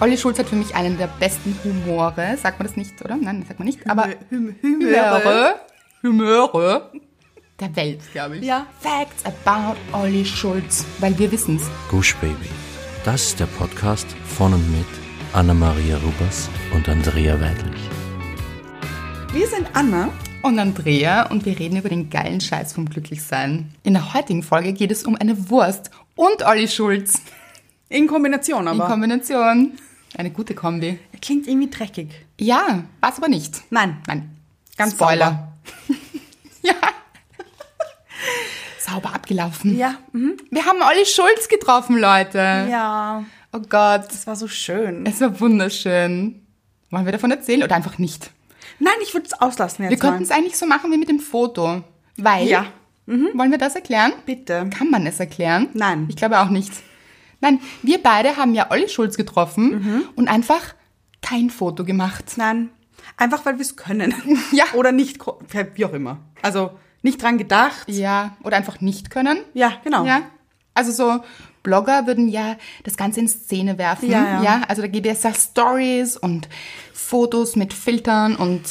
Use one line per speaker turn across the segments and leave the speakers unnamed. Olli Schulz hat für mich einen der besten Humore. Sagt man das nicht, oder? Nein, sagt man nicht. Aber
Hüm-
Humöre. Humöre. Der Welt, glaube ich.
Ja.
Facts about Olli Schulz. Weil wir wissen's.
Gush Baby. Das ist der Podcast von und mit Anna-Maria Rubers und Andrea Weidlich.
Wir sind Anna.
Und Andrea und wir reden über den geilen Scheiß vom Glücklichsein. In der heutigen Folge geht es um eine Wurst und Olli Schulz.
In Kombination
In
aber.
Kombination. Eine gute Kombi.
Klingt irgendwie dreckig.
Ja, war's aber nicht.
Nein.
Nein.
Ganz
Spoiler. ja. Sauber abgelaufen.
Ja. Mhm.
Wir haben Olli Schulz getroffen, Leute.
Ja.
Oh Gott.
Das war so schön.
Es war wunderschön. Wollen wir davon erzählen oder einfach nicht?
Nein, ich würde es auslassen jetzt
Wir könnten
mal.
es eigentlich so machen wie mit dem Foto. Weil.
Ja.
Wollen wir das erklären?
Bitte.
Kann man es erklären?
Nein.
Ich glaube auch nicht. Nein, wir beide haben ja Olli Schulz getroffen
Mhm.
und einfach kein Foto gemacht.
Nein. Einfach weil wir es können.
Ja.
Oder nicht, ko- wie auch immer. Also nicht dran gedacht.
Ja, oder einfach nicht können.
Ja, genau.
Ja. Also so Blogger würden ja das Ganze in Szene werfen.
Ja, ja.
also da gibt es ja Stories und Fotos mit Filtern und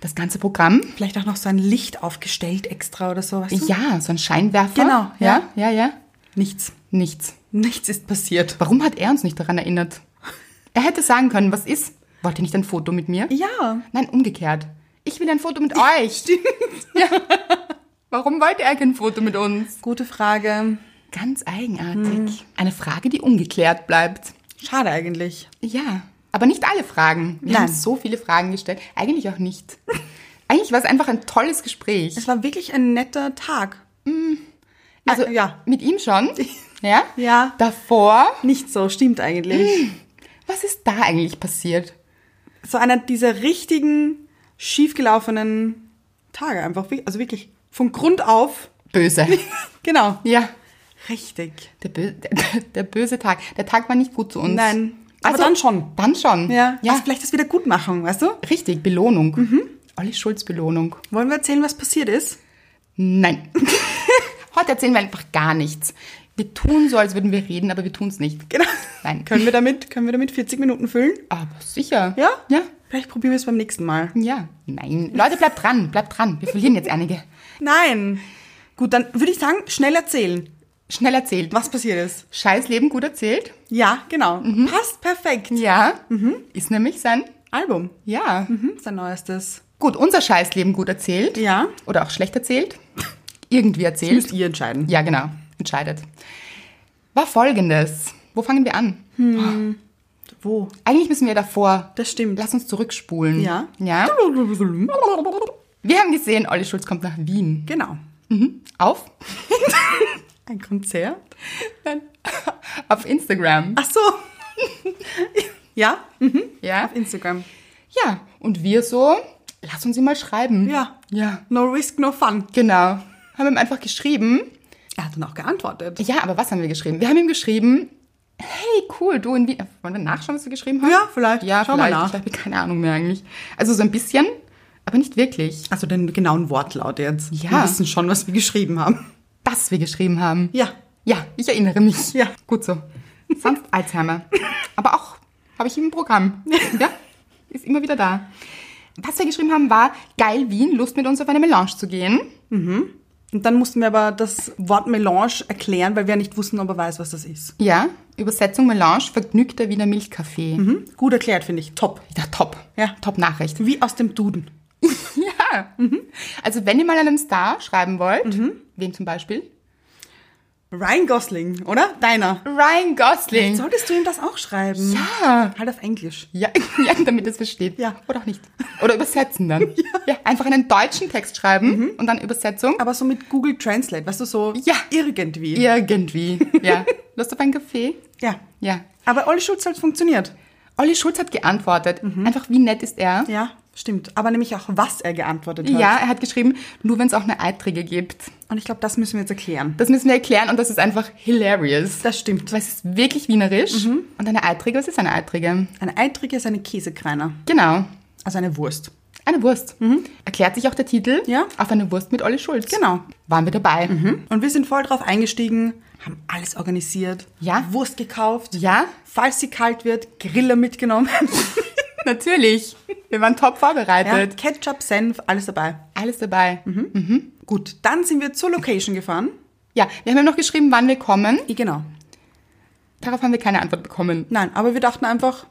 das ganze Programm.
Vielleicht auch noch so ein Licht aufgestellt extra oder so. Weißt du?
Ja, so ein Scheinwerfer.
Genau,
Ja, ja, ja.
Nichts.
Nichts.
Nichts ist passiert.
Warum hat er uns nicht daran erinnert? Er hätte sagen können, was ist? Wollt ihr nicht ein Foto mit mir?
Ja.
Nein, umgekehrt. Ich will ein Foto mit euch. Stimmt. Ja. Warum wollte er kein Foto mit uns?
Gute Frage.
Ganz
Hm.
eigenartig. Eine Frage, die ungeklärt bleibt.
Schade eigentlich.
Ja, aber nicht alle Fragen. Wir
Nein.
haben so viele Fragen gestellt. Eigentlich auch nicht. Eigentlich war es einfach ein tolles Gespräch.
Es war wirklich ein netter Tag.
Also
äh, ja.
mit ihm schon. Ja?
Ja.
Davor.
Nicht so, stimmt eigentlich.
Was ist da eigentlich passiert?
so einer dieser richtigen, schiefgelaufenen Tage einfach. Wie- Also wirklich von Grund auf.
Böse.
Genau.
ja.
Richtig.
Der, bö der, der böse Tag. Der Tag war nicht gut zu uns. Also,
Nein. Aber dann schon.
Dann schon.
Ja.
ja.
Also vielleicht Mhm. das wieder gut machen, weißt du?
Richtig, Belohnung. Olli Schulz Belohnung.
Wollen wir erzählen, was passiert ist?
Nein. Heute erzählen wir einfach gar nichts. Wir tun so, als würden wir reden, aber wir tun es nicht.
Genau.
Nein.
Können wir damit, können wir damit 40 Minuten füllen?
Aber sicher.
Ja?
Ja.
Vielleicht probieren wir es beim nächsten Mal.
Ja. Nein. Leute, bleibt dran, bleibt dran. Wir verlieren jetzt einige.
Nein. Gut, dann würde ich sagen, schnell erzählen,
Schnell erzählt.
was passiert ist.
Scheiß Leben gut erzählt.
Ja, genau. Passt perfekt.
Ja. Ist nämlich sein.
Album.
Ja.
Mhm. Sein neuestes.
Gut, unser Scheiß Leben gut erzählt.
Ja.
Oder auch schlecht erzählt. Irgendwie erzählt.
ihr entscheiden.
Ja, genau. Entscheidet. War folgendes. Wo fangen wir an?
Wo?
Eigentlich müssen wir davor.
Das stimmt.
Lass uns zurückspulen.
Ja.
Ja. Wir haben gesehen, Olli Schulz kommt nach Wien.
Genau.
Mhm. Auf?
Ein Konzert?
Nein. Auf Instagram.
Ach so. ja?
Ja.
Auf Instagram.
Ja. Und wir so, lass uns ihn mal schreiben.
Ja.
Ja.
No risk, no fun.
Genau. Haben ihm einfach geschrieben.
Er hat dann auch geantwortet.
Ja, aber was haben wir geschrieben? Wir haben ihm geschrieben, hey, cool, du in Wien. Äh, Wollen wir nachschauen, was wir geschrieben haben?
Ja, vielleicht.
Ja,
Schau mal
vielleicht.
nach.
Ich habe keine Ahnung mehr eigentlich. Also so ein bisschen, aber nicht wirklich,
Also den genauen Wortlaut jetzt.
Ja.
Wir wissen schon, was wir geschrieben haben.
dass wir geschrieben haben.
Ja.
Ja, ich erinnere mich.
Ja.
Gut so. Sonst Alzheimer. Aber auch habe ich im Programm. Ja. Ist immer wieder da. Was wir geschrieben haben, war geil Wien, Lust mit uns auf eine Melange zu gehen.
Und dann mussten wir aber das Wort Melange erklären, weil wir ja nicht wussten, ob er weiß, was das ist.
Ja. Übersetzung Melange, vergnügter Wiener Milchkaffee.
Hm? Gut erklärt, finde ich. Top.
Ja, top.
Ja.
Top Nachricht.
Wie aus dem Duden.
Ja. Also wenn ihr mal einem Star schreiben wollt,
Mhm.
wem zum Beispiel?
Ryan Gosling, oder? Deiner.
Ryan Gosling.
Solltest du ihm das auch schreiben?
Ja.
Halt auf Englisch.
Ja, ja damit es versteht.
Ja.
Oder auch nicht. Oder übersetzen dann. Ja. einfach einen deutschen Text
Mhm.
schreiben und dann Übersetzung.
Aber so mit Google Translate, weißt du, so
Ja.
irgendwie.
Irgendwie. Ja. Lust auf einen Kaffee?
Ja.
Ja.
Aber Olli Schulz hat funktioniert.
Olli Schulz hat geantwortet. Einfach, wie nett ist er?
Mhm. Ja, stimmt. Aber nämlich auch, was er geantwortet hat.
Ja, er hat geschrieben, nur wenn es auch eine Eiträge gibt.
Und ich glaube, das müssen wir jetzt erklären.
Das müssen wir erklären und das ist einfach hilarious.
Das stimmt.
Weil es ist wirklich wienerisch.
Mhm.
Und eine Eiträge, was ist eine Eiträge?
Eine Eitrige ist eine Käsekreiner.
Genau.
Also eine Wurst.
Eine Wurst. Erklärt sich auch der Titel
Ja.
auf eine Wurst mit Olli Schulz.
Genau. Mhm.
Waren wir dabei.
Und wir sind voll drauf eingestiegen, haben alles organisiert.
Ja.
Wurst gekauft.
Ja.
Falls sie kalt wird, Griller mitgenommen.
Natürlich. Wir waren top
ja.
vorbereitet.
Ketchup, Senf, alles dabei.
Alles dabei.
Gut, dann sind wir zur Location gefahren.
Ja, wir haben ihm noch geschrieben, wann wir kommen.
Ja, Genau.
Darauf haben wir keine Antwort bekommen.
Nein, aber wir dachten einfach,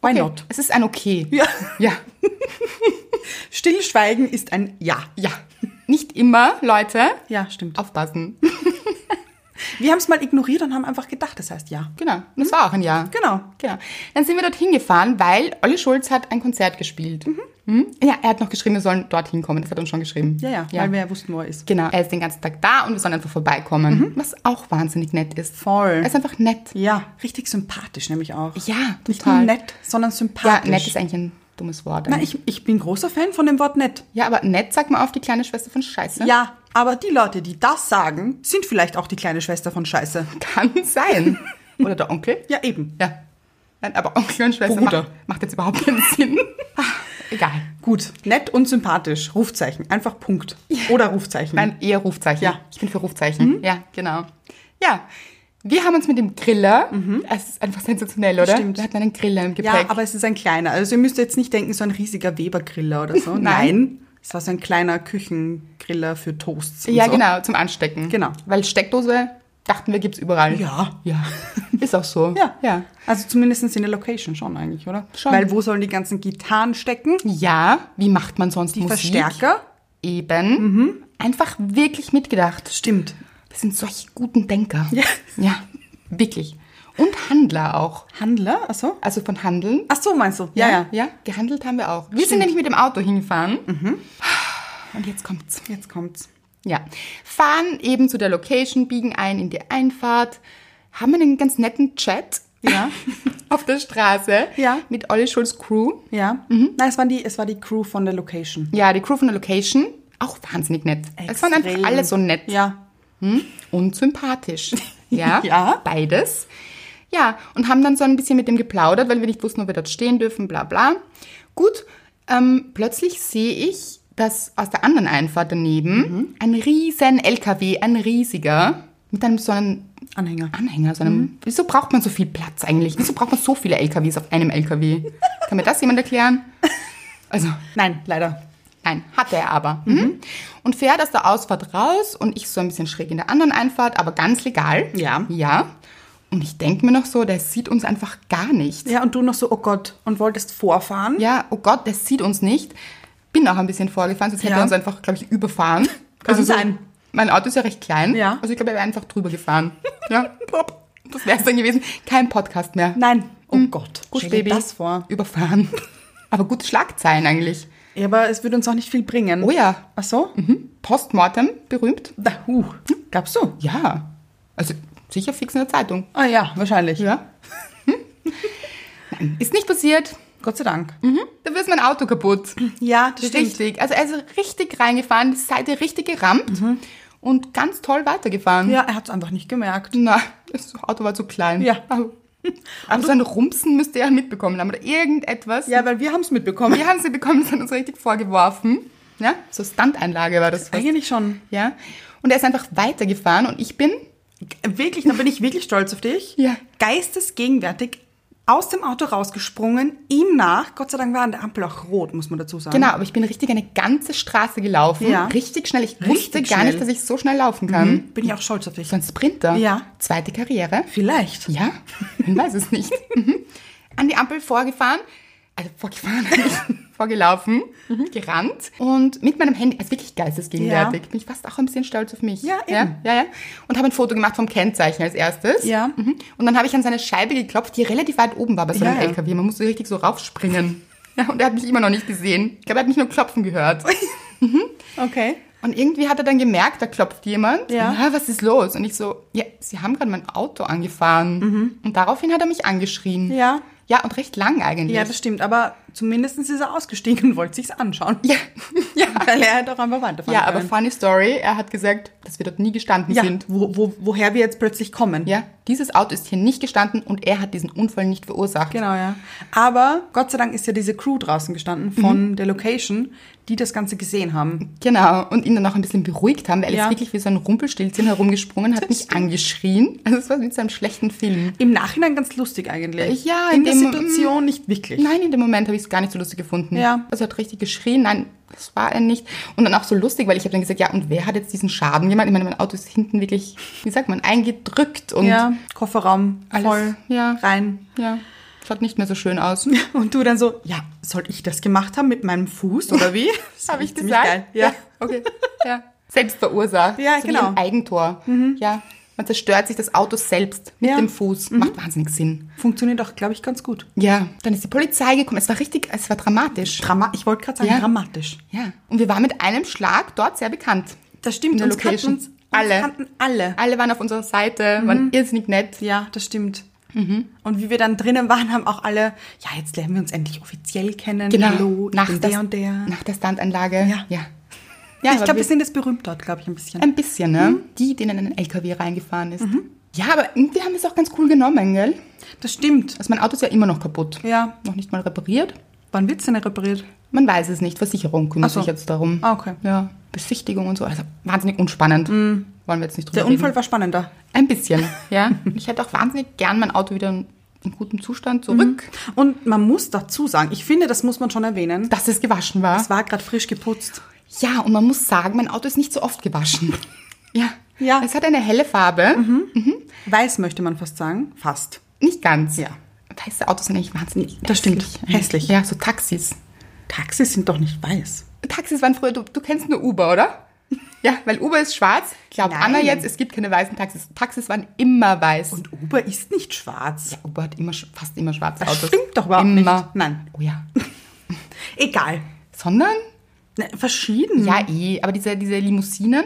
why not?
Es ist ein Okay.
Ja.
Ja.
Stillschweigen ist ein Ja.
Ja. Nicht immer, Leute.
Ja, stimmt.
Aufpassen.
Wir haben es mal ignoriert und haben einfach gedacht, das heißt Ja.
Genau. Und das war auch ein Ja.
Genau.
Genau. Dann sind wir dorthin gefahren, weil Olli Schulz hat ein Konzert gespielt. Mhm. Ja, er hat noch geschrieben, wir sollen dorthin kommen. Das hat er uns schon geschrieben.
Ja, ja, weil wir ja wussten, wo er ist.
Genau, er ist den ganzen Tag da und wir sollen einfach vorbeikommen. Was auch wahnsinnig nett ist.
Mhm. Voll.
Er ist einfach nett.
Ja, richtig sympathisch nämlich auch.
Ja,
Nicht nur
total.
nett, sondern
Ja,
sympathisch.
nett ist eigentlich ein dummes Wort.
Na, ich, ich bin großer Fan von dem Wort nett.
ja, aber nett sagt man auf die kleine Schwester von Scheiße.
Ja, aber die Leute, die das sagen, sind vielleicht auch die kleine Schwester von Scheiße.
Kann sein. Oder der Onkel?
Ja, eben.
Ja. Nein, aber Onkel und Schwester
Bruder.
macht, macht jetzt überhaupt keinen Sinn. Ah, Egal.
Gut, nett und sympathisch. Rufzeichen. Einfach Punkt. Oder Rufzeichen.
Nein, eher Rufzeichen.
Mhm. Ja. Mhm.
Ich bin für Rufzeichen. Ja, genau. Ja. Wir haben uns mit dem Griller, es ist einfach sensationell, oder?
Mhm. Stimmt.
Wir hatten einen Griller im Gepäck.
Ja, aber es ist ein kleiner. Also ihr müsst jetzt nicht denken, so ein riesiger Webergriller oder so.
Nein.
Es war so ein kleiner Küchengriller für Toasts. Und
ja
so.
genau, zum Anstecken.
Genau.
Weil Steckdose, dachten wir, gibt's überall.
Ja.
Ja. Ist auch so.
Ja.
Ja.
Also zumindest in der Location schon eigentlich, oder?
Schon.
Weil wo sollen die ganzen Gitarren stecken?
Ja, wie macht man sonst
Die
Musik?
Verstärker? Mhm.
Eben. Einfach wirklich mitgedacht.
Stimmt.
Das sind solche guten Denker.
Ja.
Ja, wirklich. Und Handler auch.
Handler? Achso.
Also von Handeln.
Ach so, meinst du? Ja, ja. Mhm.
Ja, gehandelt haben wir auch. Wir sind nämlich mit dem Auto hingefahren. Und jetzt kommt's.
Jetzt kommt's.
Ja. Fahren eben zu der Location, biegen ein in die Einfahrt, haben einen ganz netten Chat
Ja.
auf der Straße
Ja.
mit Olli Schulz Crew.
Ja.
Mhm.
Nein, es, waren die, es war die Crew von der Location.
Ja, die Crew von der Location, auch wahnsinnig nett. Es waren
Extrem.
einfach alle so nett.
Ja.
und sympathisch. Ja,
Ja.
beides. Ja, und haben dann so ein bisschen mit dem geplaudert, weil wir nicht wussten, ob wir dort stehen dürfen, bla bla. Gut, ähm, plötzlich sehe ich, dass aus der anderen Einfahrt daneben
Mhm.
ein riesen LKW, ein riesiger, mit einem so einem
Anhänger.
Anhänger, so einem,
Mhm.
wieso braucht man so viel Platz eigentlich? Wieso braucht man so viele LKWs auf einem LKW? Kann mir das jemand erklären? Also,
Nein, leider.
Nein, hatte er aber. Mhm. Und fährt aus der Ausfahrt raus und ich so ein bisschen schräg in der anderen Einfahrt, aber ganz legal.
Ja.
Ja. Und ich denke mir noch so, der sieht uns einfach gar nicht.
Ja, und du noch so, oh Gott, und wolltest vorfahren?
Ja, oh Gott, der sieht uns nicht. Bin auch ein bisschen vorgefahren, sonst hätte
Ja.
er uns einfach, glaube ich, überfahren. Also
Kann sein.
mein Auto ist ja recht klein.
Ja.
Also ich glaube, er wäre einfach drüber gefahren. Ja. Pop. Das wäre es dann gewesen. Kein Podcast mehr.
Nein. Oh Gott.
Mhm. Gut,
stell dir
Baby.
das vor.
Überfahren. Aber gute Schlagzeilen eigentlich.
Ja, aber es würde uns auch nicht viel bringen.
Oh ja.
Ach so?
Mhm. Postmortem, berühmt.
Da, huh. Gab's so?
Ja. Also sicher fix in der Zeitung.
Ah ja, wahrscheinlich.
Ja. Nein, ist nicht passiert.
Gott sei Dank.
Mhm. Da ist mein Auto kaputt.
Ja, das
Richtig. Also er ist richtig reingefahren, die Seite richtig gerammt und ganz toll weitergefahren.
Mhm. Ja, er hat's einfach nicht gemerkt.
Na, das Auto war zu klein.
Ja.
Aber, aber so ein Rumpsen müsste er mitbekommen haben oder irgendetwas.
Ja, weil wir haben's mitbekommen.
Wir haben sie bekommen, das hat uns richtig vorgeworfen. Ja, so Standeinlage war das. Fast.
Eigentlich schon.
Ja. Und er ist einfach weitergefahren und ich bin
Wirklich, da bin ich wirklich stolz auf dich.
Ja.
Geistesgegenwärtig aus dem Auto rausgesprungen, ihm nach. Gott sei Dank war an der Ampel auch rot, muss man dazu sagen.
Genau, aber ich bin richtig eine ganze Straße gelaufen.
Ja.
Richtig schnell. Ich wusste
Richtig
gar
schnell.
nicht, dass ich so schnell laufen kann.
Bin ich auch stolz auf dich.
So ein Sprinter.
Ja.
Zweite Karriere.
Vielleicht.
Ja, man weiß es nicht. Mhm. An die Ampel vorgefahren. Also vorgefahren, vorgelaufen, mhm. gerannt und mit meinem Handy, also wirklich geistesgegenwärtig, bin ich fast auch ein bisschen stolz auf mich.
Ja, eben.
ja, ja, ja. Und habe ein Foto gemacht vom Kennzeichen als erstes.
Ja.
Mhm. Und dann habe ich an seine Scheibe geklopft, die relativ weit oben war bei so
Ja,
einem
ja.
LKW. Man musste richtig so raufspringen. Ja, und er hat mich immer noch nicht gesehen. Ich glaube, er hat mich nur klopfen gehört.
Okay.
Und irgendwie hat er dann gemerkt, da klopft jemand.
Ja.
Na, was ist los? Und ich so, ja, sie haben gerade mein Auto angefahren. Und daraufhin hat er mich angeschrien.
Mhm. Ja.
Ja, und recht lang eigentlich.
Ja, das stimmt. Aber Zumindest ist er ausgestiegen und wollte sich's anschauen.
Ja, ja.
Weil er hätte auch einfach weiterfahren
Ja, aber
können.
funny story, er hat gesagt, dass wir dort nie gestanden
ja,
sind.
wo, wo, woher wir jetzt plötzlich kommen.
Ja, dieses Auto ist hier nicht gestanden und er hat diesen Unfall nicht verursacht.
Genau, ja. Aber Gott sei Dank ist ja diese Crew draußen gestanden von
Mhm.
der Location, die das Ganze gesehen haben.
Genau, und ihn dann auch ein bisschen beruhigt haben, weil er
Ja.
ist wirklich wie so ein Rumpelstilzchen herumgesprungen, hat mich angeschrien. Also es war mit so einem schlechten Film.
Im Nachhinein ganz lustig eigentlich.
Ja,
in,
in
der
dem-
Situation nicht wirklich.
Nein, in dem Moment habe ich es gar nicht so lustig gefunden.
Ja.
Also er hat richtig geschrien, nein, das war er nicht. Und dann auch so lustig, weil ich habe dann gesagt, ja, und wer hat jetzt diesen Schaden gemacht? Ich meine, mein Auto ist hinten wirklich, wie sagt man, eingedrückt und
ja, Kofferraum
Alles,
voll
ja.
rein.
ja, schaut nicht mehr so schön aus.
Und du dann so, ja, soll ich das gemacht haben mit meinem Fuß oder wie? Das
Habe ich
ziemlich
gesagt?
geil. Ja.
Okay. Ja. Selbst verursacht.
Ja,
so Wie
genau.
ein Eigentor. Ja. Man zerstört sich das Auto selbst mit
Ja. Mhm.
dem Fuß. Macht wahnsinnig Sinn.
Funktioniert auch, glaube ich, ganz gut.
Ja. Dann ist die Polizei gekommen. Es war richtig, es war dramatisch.
Drama ich wollte gerade sagen,
Ja.
dramatisch.
Ja. Und wir waren mit einem Schlag dort sehr bekannt.
Das stimmt,
In der
uns kannten,
Location.
uns, uns
Alle.
kannten alle.
Alle Mhm. waren auf unserer Seite, waren irrsinnig nett.
Ja, das stimmt. Und wie wir dann drinnen waren, haben auch alle, ja, jetzt lernen wir uns endlich offiziell kennen. Hallo, ich
Genau. nach
bin
der,
der und der.
Nach der Standanlage.
Ja.
Ja,
ja, ich
aber
glaube,
wir-
wir sind jetzt berühmt dort, glaube ich, ein bisschen.
Ein bisschen, ne? Die, denen ein LKW reingefahren ist. Ja, aber irgendwie haben wir es auch ganz cool genommen, gell?
Das stimmt.
Also mein Auto ist ja immer noch kaputt.
Ja.
Noch nicht mal repariert.
Wann wird's denn repariert?
Man weiß es nicht. Versicherung kümmert
Ach so.
sich jetzt darum.
Ah, okay.
Ja. Besichtigung und so. Also wahnsinnig unspannend. Wollen wir jetzt nicht drüber
Der
reden.
Unfall war spannender.
Ein bisschen, ja. Ich hätte auch wahnsinnig gern mein Auto wieder in, in gutem Zustand zurück,
Und man muss dazu sagen, ich finde, das muss man schon erwähnen.
dass es gewaschen war.
Es war gerade frisch geputzt.
Ja, und man muss sagen, mein Auto ist nicht so oft gewaschen. ja.
Ja.
Es hat eine helle Farbe.
Weiß möchte man fast sagen. Fast.
Nicht ganz.
Ja.
Weiße Autos sind eigentlich wahnsinnig
Das stimmt. Hässlich.
Ja, so Taxis.
Taxis sind doch nicht weiß.
Taxis waren früher, du, du kennst nur Uber, oder? Ja, weil Uber ist schwarz. Glaubt
Nein.
Anna jetzt, es gibt keine weißen Taxis. Taxis waren immer weiß.
Und Uber ist nicht schwarz.
Ja, Uber hat immer, sch- fast immer schwarze
Das
Autos.
stimmt doch überhaupt
immer.
nicht. Nein.
Oh ja.
Egal.
Sondern?
Ne, verschieden.
Ja, eh. Aber diese, diese Limousinen,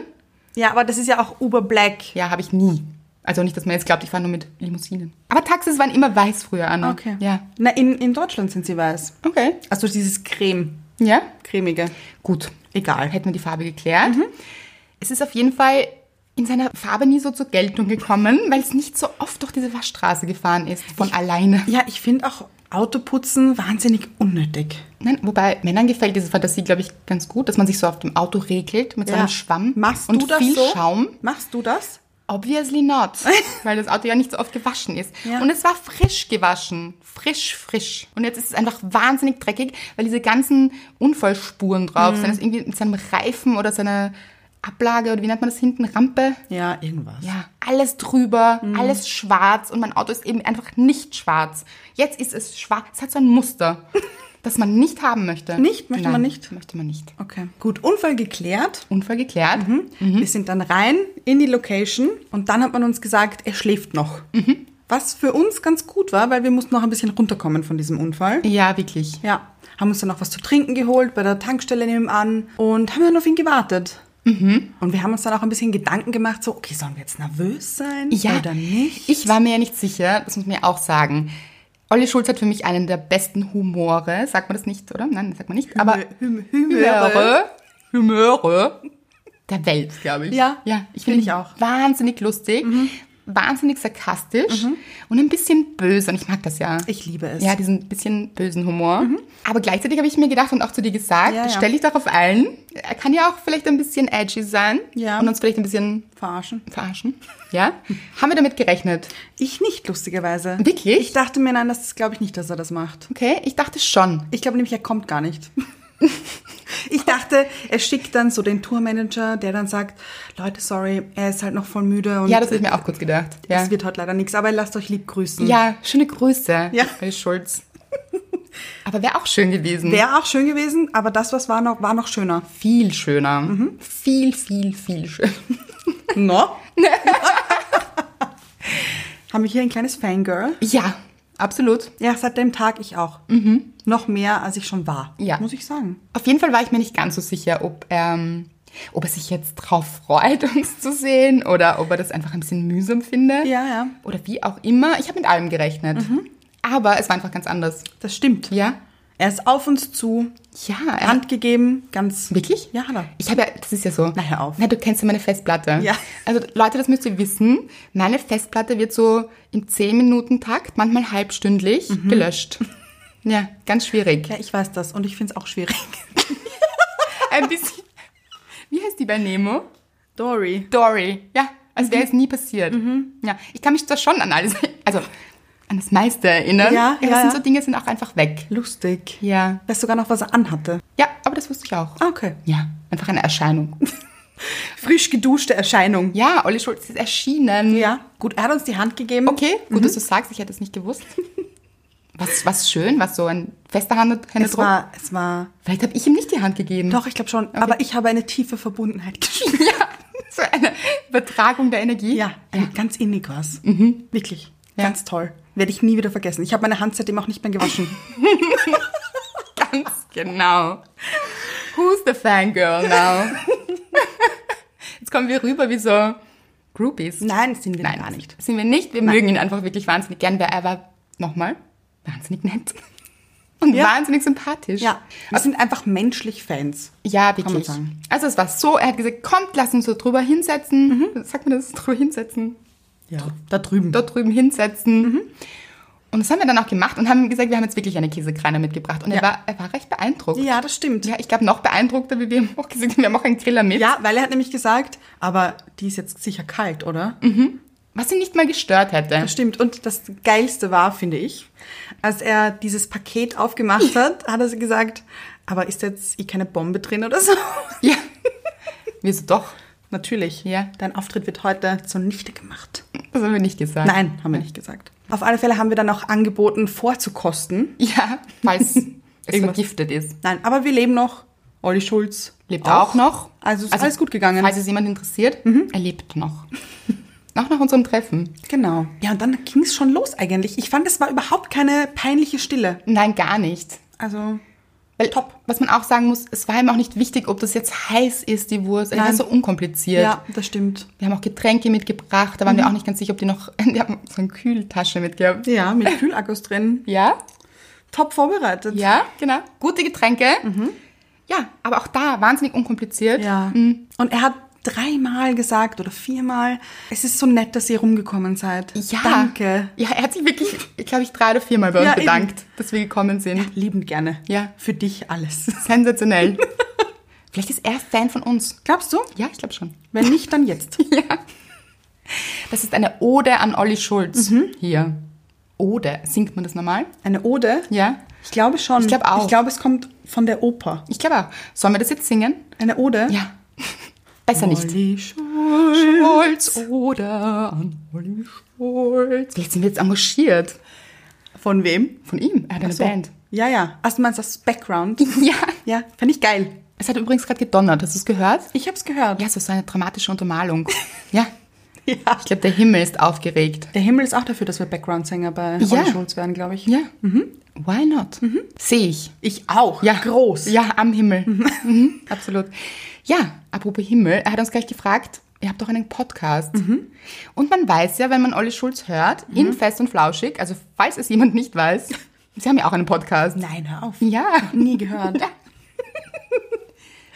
ja, aber das ist ja auch Uber Black.
ja, habe ich nie. Also nicht, dass man jetzt glaubt, ich fahre nur mit Limousinen. Aber Taxis waren immer weiß früher, Anna.
Okay.
Ja.
Na, in, in Deutschland sind sie weiß.
Okay.
Also dieses Creme,
Ja.
cremige.
Gut.
Egal. Mhm.
Hätten wir die Farbe geklärt. Es ist auf jeden Fall in seiner Farbe nie so zur Geltung gekommen, weil es nicht so oft durch diese Waschstraße gefahren ist, von alleine.
Ja, ich finde auch Autoputzen wahnsinnig unnötig.
Nein, wobei Männern gefällt diese Fantasie, glaube ich, ganz gut, dass man sich so auf dem Auto regelt mit so einem Schwamm
Machst
und
du das
viel
so?
Schaum.
Machst du das?
Obviously not, weil das Auto ja nicht so oft gewaschen ist.
Ja.
Und es war frisch gewaschen. Frisch, frisch. Und jetzt ist es einfach wahnsinnig dreckig, weil diese ganzen Unfallspuren
Mhm.
drauf sind. Das irgendwie mit seinem Reifen oder seiner Ablage oder wie nennt man das hinten? Rampe?
Ja, irgendwas.
Ja, alles drüber,
Mhm.
alles schwarz und mein Auto ist eben einfach nicht schwarz. Jetzt ist es schwarz. Es hat so ein Muster, das man nicht haben möchte.
Nicht? Möchte man nicht?
Möchte man nicht.
Okay. Gut, Unfall geklärt.
Unfall geklärt. Mhm.
Wir sind dann rein in die Location und dann hat man uns gesagt, er schläft noch.
Mhm.
Was für uns ganz gut war, weil wir mussten noch ein bisschen runterkommen von diesem Unfall.
Ja, wirklich.
Ja, haben uns dann noch was zu trinken geholt bei der Tankstelle nebenan und haben dann auf ihn gewartet.
Mhm.
Und wir haben uns dann auch ein bisschen Gedanken gemacht, so, okay, sollen wir jetzt nervös sein oder nicht?
Ich war mir ja nicht sicher, das muss man ja auch sagen. Olli Schulz hat für mich einen der besten Humore, sagt man das nicht, oder? Nein, das sagt man nicht, aber
Hüm- Humöre.
Humöre der Welt, glaube ich.
Ja,
ja, ich
find
finde
ich
ihn
auch. Mhm.
Wahnsinnig lustig, wahnsinnig sarkastisch und ein bisschen böse und ich mag das ja.
Ich liebe es. Mhm.
Ja, diesen bisschen bösen Humor. Aber gleichzeitig habe ich mir gedacht und auch zu dir gesagt,
Ja, ja.
stell dich darauf ein. Er kann ja auch vielleicht ein bisschen edgy sein
Ja.
und uns vielleicht ein bisschen
Verarschen.
verarschen. Ja? Haben wir damit gerechnet?
Ich nicht, lustigerweise.
Wirklich?
Ich dachte mir, nein, das glaube ich nicht, dass er das macht.
Okay, ich dachte schon.
Ich glaube nämlich, er kommt gar nicht. Ich dachte, er schickt dann so den Tourmanager, der dann sagt, Leute, sorry, er ist halt noch voll müde und
Ja, das habe ich mir auch kurz gedacht. Ja,
es wird heute leider nichts, aber lasst euch lieb grüßen.
ja schöne Grüße,
Ja.
Herr Schulz. Aber wäre auch schön gewesen.
Wäre auch schön gewesen, aber das, was war, noch, war noch schöner.
viel schöner.
Mhm.
Viel, viel, viel schöner.
No? Haben wir hier ein kleines Fangirl?
Ja, absolut.
Ja, seit dem Tag ich auch. Noch mehr, als ich schon war.
Mhm. Ja.
Muss ich sagen.
Auf jeden Fall war ich mir nicht ganz so sicher, ob, ähm, ob er sich jetzt drauf freut, uns zu sehen oder ob er das einfach ein bisschen mühsam findet.
Ja, ja. Mhm.
Oder wie auch immer. Ich habe mit allem gerechnet. Aber es war einfach ganz anders.
Das stimmt.
Ja?
Er ist auf uns zu,
Ja, er-
Hand gegeben, ganz.
Wirklich?
Ja, hat er.
Ich habe ja, das ist ja so.
Na, hör auf.
Na, du kennst ja meine Festplatte.
Ja.
Also Leute, das müsst ihr wissen. Meine Festplatte wird so im 10-Minuten-Takt, manchmal halbstündlich,
Mhm.
gelöscht. Ja, ganz schwierig.
Ja, ich weiß das und ich finde es auch schwierig.
Ein bisschen. Wie heißt die bei Nemo?
Dory.
Dory. Ja, als
Mhm.
wäre es nie passiert. Ja, ich kann mich da schon an alles, also an das meiste erinnern.
Ja,
ja.
ja,
Das sind
ja.
so Dinge, sind auch einfach weg.
Lustig.
Ja.
Weißt sogar noch, was er anhatte.
Ja, aber das wusste ich auch.
Ah, okay.
Ja, einfach eine Erscheinung.
Frisch geduschte Erscheinung.
Ja, Olli Schulz ist erschienen.
Ja. Gut, er hat uns die Hand gegeben.
Okay,
Mhm.
gut, dass du sagst, ich hätte es nicht gewusst. Was, was schön, was so ein fester Hand,
Es
Händedruck.
war, es war.
Vielleicht habe ich ihm nicht die Hand gegeben.
Doch, ich glaube schon. Aber ich habe eine tiefe Verbundenheit gespürt.
Ja, so eine Übertragung der Energie.
Ja, ganz innig war's. Wirklich.
Mhm. Ja.
Ganz toll. Werde ich nie wieder vergessen. Ich habe meine Hand seitdem auch nicht mehr gewaschen.
Ganz genau. Who's the fangirl now? Jetzt kommen wir rüber wie so Groupies.
Nein, sind wir
Nein,
gar nicht.
Sind wir nicht. Wir mögen ihn einfach wirklich wahnsinnig gern, weil er war, nochmal, wahnsinnig nett. Und
Ja.
wahnsinnig sympathisch.
Ja, wir sind einfach menschlich Fans.
Ja,
man
wirklich.
sagen.
Also es war so, er hat gesagt, kommt, lass uns so drüber hinsetzen.
Mhm.
Sagt man das? Drüber hinsetzen.
Ja, da drüben.
Dort drüben hinsetzen.
Mhm.
Und das haben wir dann auch gemacht und haben gesagt, wir haben jetzt wirklich eine Käsekreiner mitgebracht. Und er,
Ja.
war, er war recht beeindruckt.
Ja, das stimmt.
Ja, ich glaube, noch beeindruckter, wie wir ihm auch gesagt haben, wir haben auch einen Griller mit.
Ja, weil er hat nämlich gesagt, aber die ist jetzt sicher kalt, oder?
Was ihn nicht mal gestört hätte.
Das stimmt. Und das Geilste war, finde ich, als er dieses Paket aufgemacht hat, hat er gesagt, aber ist da jetzt eh keine Bombe drin oder so?
Ja. Wieso doch?
Natürlich.
Ja.
Dein Auftritt wird heute zunichte gemacht.
Das haben wir nicht gesagt.
Nein, haben wir nicht gesagt. Auf alle Fälle haben wir dann auch angeboten, vorzukosten.
Ja, falls es
Irgendwas.
vergiftet ist.
Nein, aber wir leben noch. Olli Schulz
Lebt auch, noch.
Also ist alles gut gegangen. Mhm.
Falls es jemand interessiert, er lebt noch. Auch nach unserem Treffen.
Genau. Ja, und dann ging es schon los eigentlich. Ich fand, es war überhaupt keine peinliche Stille.
Nein, gar nicht.
Also,
Weil, Top. Was man auch sagen muss, es war ihm auch nicht wichtig, ob das jetzt heiß ist, die Wurst. Also, Er war
Nein.
so unkompliziert.
ja, Mhm. das stimmt.
Wir haben auch Getränke mitgebracht, da waren wir auch nicht ganz sicher, ob die noch. Die haben so eine Kühltasche mitgehabt.
Ja, mit Kühlakkus drin.
Ja?
Top vorbereitet.
Ja, genau. Gute Getränke. Ja, aber auch da wahnsinnig unkompliziert.
Mhm.
Mhm.
Ja. Mhm. Und er hat dreimal gesagt oder viermal, es ist so nett, dass ihr rumgekommen seid.
Ja.
Danke.
Ja, er hat sich wirklich, glaube ich, drei oder viermal bei uns
Ja, eben.
bedankt, dass wir gekommen sind.
Liebend gerne.
Ja.
Für dich alles.
Sensationell. Vielleicht ist er Fan von uns.
Glaubst du?
Ja, ich glaube schon.
Wenn nicht, dann jetzt.
Das ist eine Ode an Olli Schulz hier. Mhm. Ode. Singt man das normal?
Eine Ode?
Ja.
Ich glaube schon.
Ich glaube auch.
Ich glaube, es kommt von der Oper.
Ich glaube auch. Sollen wir das jetzt singen?
Eine Ode?
Ja. Besser nicht.
Olli Schulz.
Schulz oder an Olli Schulz. Vielleicht sind wir jetzt engagiert.
Von wem?
Von ihm. Er hat eine
So.
Band.
Ja, ja. Ach, du meinst das Background?
Ja.
Ja, fand ich geil.
Es hat übrigens gerade gedonnert. Hast du es gehört?
Ich hab's gehört.
Ja, es war so eine dramatische Untermalung. ja.
Ja.
Ich glaube, der Himmel ist aufgeregt.
Der Himmel ist auch dafür, dass wir Background-Sänger bei
Ja.
Olli Schulz werden, glaube ich.
Ja. Why not? Sehe ich.
Ich auch.
Ja.
Groß.
Ja, am Himmel. mhm, absolut. Ja, apropos Himmel, er hat uns gleich gefragt, ihr habt doch einen Podcast.
Mhm.
Und man weiß ja, wenn man Olli Schulz hört, in Fest und Flauschig, also falls es jemand nicht weiß, sie haben ja auch einen Podcast.
Nein, hör auf.
Ja.
Nie gehört.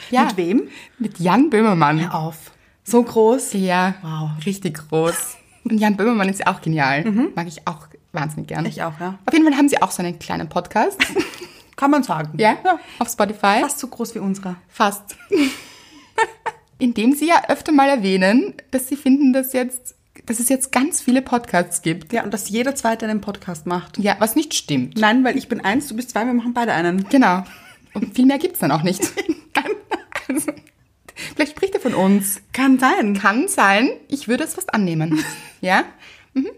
ja.
Mit wem?
Mit Jan Böhmermann.
Auf. So groß.
Ja.
Wow. Mhm.
Richtig groß. Und Jan Böhmermann ist ja auch genial. Mag ich auch wahnsinnig gern.
Ich auch, ja.
Auf jeden Fall haben sie auch so einen kleinen Podcast.
Kann man sagen.
ja, auf Spotify.
Fast so groß wie unserer.
Fast. Indem sie ja öfter mal erwähnen, dass sie finden, dass, jetzt, dass es jetzt ganz viele Podcasts gibt.
Ja, und dass jeder Zweite einen Podcast macht.
Ja, was nicht stimmt.
Nein, weil ich bin eins, du bist zwei, wir machen beide einen.
Genau. Und viel mehr gibt's dann auch nicht. also, vielleicht spricht er von uns.
Kann sein.
Kann sein, ich würde es fast annehmen. ja? Mhm.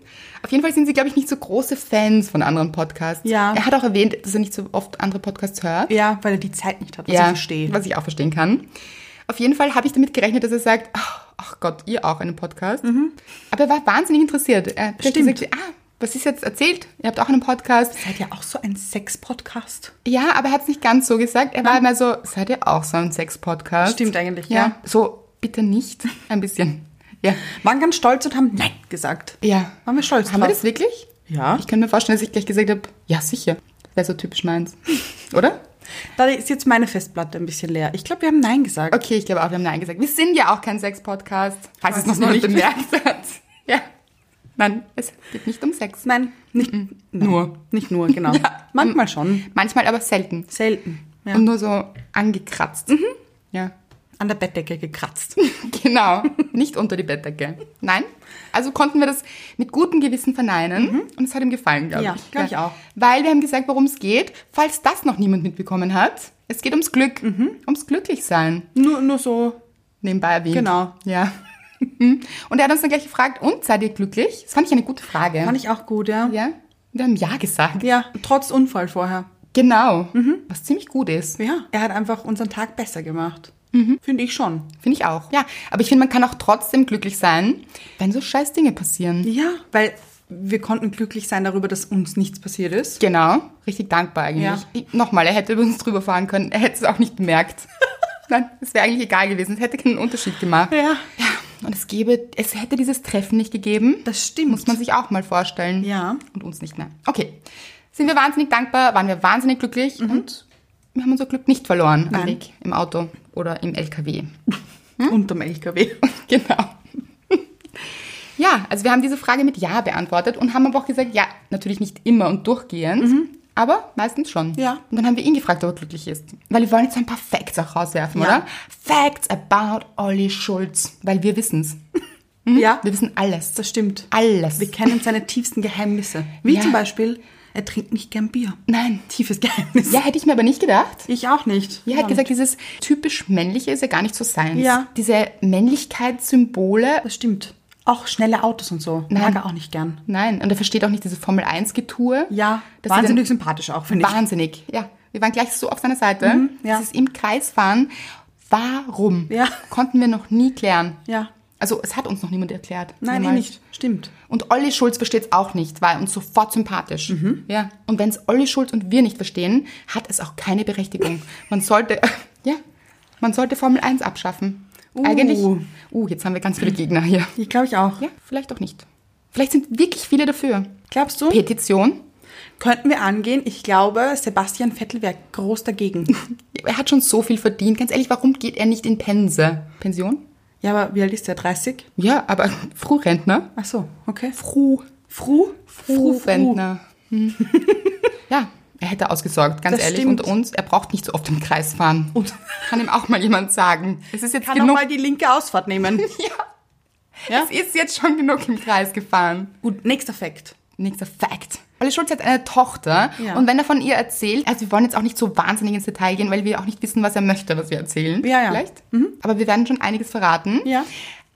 Auf jeden Fall sind sie, glaube ich, nicht so große Fans von anderen Podcasts.
Ja.
Er hat auch erwähnt, dass er nicht so oft andere Podcasts hört.
Ja, weil er die Zeit nicht hat, was ich verstehe.
Was ich auch verstehen kann. Auf jeden Fall habe ich damit gerechnet, dass er sagt, ach ach Gott, ihr auch einen Podcast. Aber er war wahnsinnig interessiert. Er hat gleich
Mhm. Stimmt.
gesagt, ah, was ist jetzt erzählt? Ihr habt auch einen Podcast.
Seid ihr auch so ein Sex-Podcast?
Ja, aber er hat es nicht ganz so gesagt. Er war immer so, seid ihr auch so ein Sex-Podcast?
Stimmt eigentlich, ja.
So, bitte nicht. Ein bisschen. Ja.
Waren ganz stolz und haben Nein gesagt.
Ja.
Waren wir stolz
Haben wir
drauf?
das wirklich?
Ja.
Ich kann mir vorstellen, dass ich gleich gesagt habe, ja, sicher. Das wäre so typisch meins. oder?
Da ist jetzt meine Festplatte ein bisschen leer. Ich glaube, wir haben Nein gesagt.
Okay, ich glaube auch, wir haben Nein gesagt. Wir sind ja auch kein Sex-Podcast, falls es
Falls
noch
es noch
niemand
nicht-
bemerkt hat. Ja. Nein, es geht nicht um Sex.
Nein, nicht nein.
Mhm. Nur.
Nicht nur, genau.
Ja.
Manchmal schon.
Manchmal aber selten.
Selten. Ja.
Und nur so angekratzt. Mhm. Ja.
An der Bettdecke gekratzt.
Genau. nicht unter die Bettdecke. Nein. Also konnten wir das mit gutem Gewissen verneinen und es hat ihm gefallen, glaube
Mhm. Ja,
ich.
glaub ich auch.
Weil wir haben gesagt, worum es geht, falls das noch niemand mitbekommen hat. Es geht ums Glück,
Mhm.
ums Glücklichsein.
Nur, nur so.
nebenbei erwähnt.
Genau.
Ja. Und er hat uns dann gleich gefragt, und seid ihr glücklich? Das fand ich eine gute Frage.
Fand ich auch gut, ja.
ja. Und wir haben Ja gesagt.
Ja, trotz Unfall vorher.
Genau.
Mhm.
Was ziemlich gut ist.
Ja, Mhm. er hat einfach unseren Tag besser gemacht. Finde ich schon.
Finde ich auch. Ja. Aber ich finde, man kann auch trotzdem glücklich sein, wenn so scheiß Dinge passieren.
Ja, weil wir konnten glücklich sein darüber, dass uns nichts passiert ist.
Genau. Richtig dankbar eigentlich.
Ja.
Ich- Nochmal, er hätte über uns drüber fahren können. Er hätte es auch nicht bemerkt. Nein, es wäre eigentlich egal gewesen. Es hätte keinen Unterschied gemacht.
Ja.
Und es gäbe, es hätte dieses Treffen nicht gegeben.
Das stimmt.
Muss man sich auch mal vorstellen.
Ja.
Und uns nicht mehr. Okay. Sind wir wahnsinnig dankbar, waren wir wahnsinnig glücklich und wir haben unser Glück nicht verloren am
Mhm. Nein.
Weg im Auto oder im LKW.
Unterm LKW.
genau. ja, also wir haben diese Frage mit Ja beantwortet und haben aber auch gesagt, ja, natürlich nicht immer und durchgehend. Aber meistens schon.
Mhm. Ja.
Und dann haben wir ihn gefragt, ob er glücklich ist. Weil wir wollen jetzt ein paar Facts auch rauswerfen,
Ja.
oder? Facts about Olli Schulz. Weil wir wissen's.
Mhm. Ja,
Wir wissen alles.
das stimmt.
Alles.
Wir kennen seine tiefsten Geheimnisse. Wie
Ja.
zum Beispiel, er trinkt nicht gern Bier.
Nein.
Tiefes Geheimnis.
Ja, hätte ich mir aber nicht gedacht.
Ich auch nicht.
Ja, hat gesagt, dieses typisch männliche ist ja gar nicht so seins.
Ja.
Diese Männlichkeitssymbole.
Das stimmt. Auch schnelle Autos und so.
Nein.
Mag er auch nicht gern.
Nein, und er versteht auch nicht diese Formel 1 Getue.
Ja,
Das ist
wahnsinnig sympathisch auch,
dann-
finde ich.
Wahnsinnig. Ja, wir waren gleich so auf seiner Seite.
Mhm, ja.
Dieses im Kreis fahren. Warum?
Ja.
Konnten wir noch nie klären.
Ja.
Also, es hat uns noch niemand erklärt.
Nein, eh
Niemals.
nicht. Stimmt.
Und Olli Schulz versteht es auch nicht, war uns sofort sympathisch. Ja. Und wenn es Olli Schulz und wir nicht verstehen, hat es auch keine Berechtigung. Man sollte, ja, man sollte Formel 1 abschaffen.
Uh.
Eigentlich, uh, jetzt haben wir ganz viele Gegner hier.
Ich glaube ich auch.
Ja, vielleicht auch nicht. Vielleicht sind wirklich viele dafür.
Glaubst du?
Petition.
Könnten wir angehen? Ich glaube, Sebastian Vettel wäre groß dagegen.
Er hat schon so viel verdient. Ganz ehrlich, warum geht er nicht in Pense? Pension?
ja, aber wie alt ist der? 30?
Ja, aber Frührentner.
Ach so, okay.
Fru.
Fru?
Frührentner. Hm. ja, er hätte ausgesorgt, ganz
Das
ehrlich.
stimmt.
Und uns, er braucht nicht so oft im Kreis fahren.
Und-
Kann ihm auch mal jemand sagen. Es ist jetzt
Kann
genug.
auch mal die linke Ausfahrt nehmen.
Es ist jetzt schon genug im Kreis gefahren.
Gut, nächster Fakt.
Nächster Fact. Olli Schulz hat eine Tochter
Ja.
und wenn er von ihr erzählt, also wir wollen jetzt auch nicht so wahnsinnig ins Detail gehen, weil wir auch nicht wissen, was er möchte, was wir erzählen.
Ja, ja.
Vielleicht. Aber wir werden schon einiges verraten.
Ja.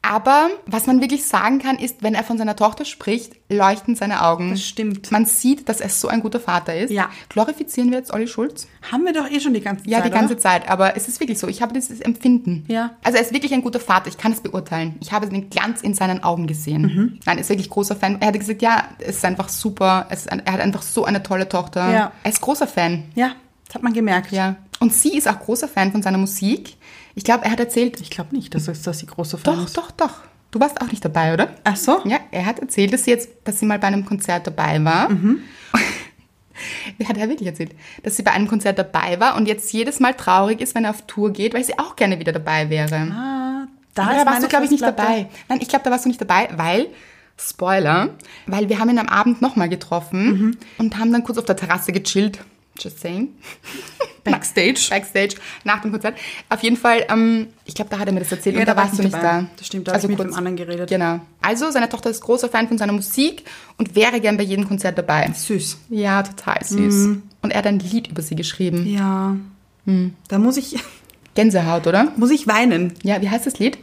Aber was man wirklich sagen kann, ist, wenn er von seiner Tochter spricht, leuchten seine Augen.
Das stimmt.
Man sieht, dass er so ein guter Vater ist.
Ja.
Glorifizieren wir jetzt Olli Schulz?
Haben wir doch eh schon die ganze
Ja,
Zeit.
die ganze
oder?
Zeit, aber es ist wirklich so. Ich habe dieses Empfinden.
Ja.
Also er ist wirklich ein guter Vater, ich kann es beurteilen. Ich habe den Glanz in seinen Augen gesehen.
Mhm.
Nein, er ist wirklich großer Fan. Er hatte gesagt, ja, es ist einfach super. Es ist ein, er hat einfach so eine tolle Tochter.
Ja.
Er ist großer Fan.
Ja, das hat man gemerkt.
Ja. Und sie ist auch großer Fan von seiner Musik. Ich glaube, er hat erzählt,
Ich glaube nicht, dass das dass die große Frau
doch,
ist.
doch, doch. Du warst auch nicht dabei, oder?
Ach so?
Ja, er hat erzählt, dass sie jetzt, dass sie mal bei einem Konzert dabei war. hat er wirklich erzählt, dass sie bei einem Konzert dabei war und jetzt jedes Mal traurig ist, wenn er auf Tour geht, weil sie auch gerne wieder dabei wäre.
Ah,
Aber
ist
da warst
meine
du, glaube ich, nicht
Festplatte.
dabei. Nein, ich glaube, da warst du nicht dabei, weil, Spoiler, weil wir haben ihn am Abend nochmal getroffen
Mhm.
und haben dann kurz auf der Terrasse gechillt. Just saying.
Backstage.
Backstage, nach dem Konzert. Auf jeden Fall, ähm, ich glaube, da hat er mir das erzählt
Ja,
und da,
da war
warst
ich
du
nicht
nicht
dabei.
da. Also
Das stimmt, da hab ich mit dem anderen geredet.
Genau. Also, seine Tochter ist großer Fan von seiner Musik und wäre gern bei jedem Konzert dabei.
Süß.
Ja, total süß.
Mhm.
Und er hat ein Lied über sie geschrieben.
Ja. Da muss ich,
Gänsehaut, oder?
muss ich weinen.
Ja, wie heißt das Lied?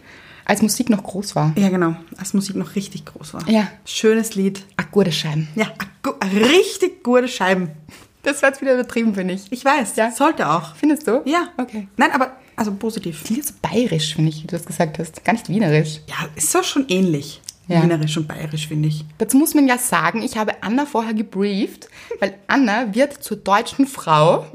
Als Musik noch groß war.
Ja, genau. Als Musik noch richtig groß war.
Ja.
Schönes Lied.
Ach, gute Scheiben.
Ja, a gu- a richtig gute Scheiben.
Das war jetzt wieder übertrieben, finde ich.
Ich weiß,
Ja.
sollte auch.
Findest du?
Ja.
Okay.
Nein, aber, also positiv.
Klingt so bayerisch, finde ich, wie du das gesagt hast. Gar nicht wienerisch.
Ja, ist doch schon ähnlich.
Ja.
Wienerisch und bayerisch, finde ich.
Dazu muss man ja sagen, ich habe Anna vorher gebrieft, weil Anna wird zur deutschen Frau,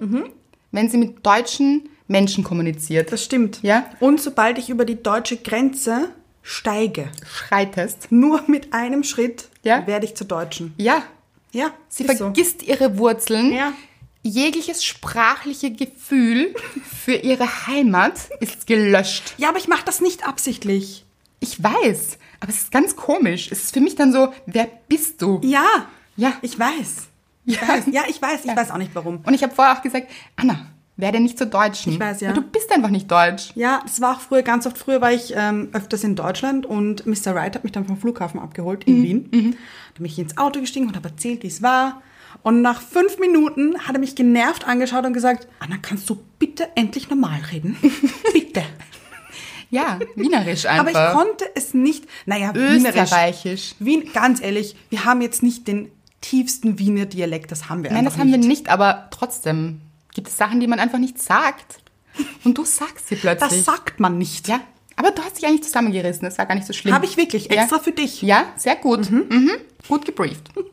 wenn sie mit deutschen Menschen kommuniziert.
Das stimmt.
Ja.
Und sobald ich über die deutsche Grenze steige,
Schreitest.
nur mit einem Schritt,
Ja.
werde ich zur Deutschen.
Ja,
Ja,
sie
ist so.
vergisst ihre Wurzeln.
Ja.
Jegliches sprachliche Gefühl für ihre Heimat ist gelöscht.
Ja, aber ich mache das nicht absichtlich.
Ich weiß, aber es ist ganz komisch. Es ist für mich dann so, wer bist du?
Ja.
Ja.
Ich weiß.
Ja.
Weiß. Ja, ich weiß. Ich weiß auch nicht warum.
Und ich habe vorher auch gesagt, Anna, werde nicht zur Deutschen.
Ich weiß, ja.
Weil Du bist einfach nicht deutsch.
Ja, das war auch früher, ganz oft früher war ich ähm, öfters in Deutschland und Mr. Wright hat mich dann vom Flughafen abgeholt
Mhm,
in Wien. Da bin ich ins Auto gestiegen und habe erzählt, wie es war. Und nach fünf Minuten hat er mich genervt angeschaut und gesagt, Anna, kannst du bitte endlich normal reden? bitte.
Ja, wienerisch
Aber
einfach.
ich konnte es nicht, naja, wienerisch.
Österreichisch.
Wien, ganz ehrlich, wir haben jetzt nicht den tiefsten Wiener Dialekt, das haben wir
Nein,
einfach
das haben wir
nicht.
nicht, aber trotzdem gibt es Sachen, die man einfach nicht sagt. Und du sagst sie plötzlich.
Das sagt man nicht.
ja, aber du hast dich eigentlich zusammengerissen, das war gar nicht so schlimm.
Habe ich wirklich, extra
ja.
für dich.
Ja, sehr gut. Mhm. Gut gebrieft.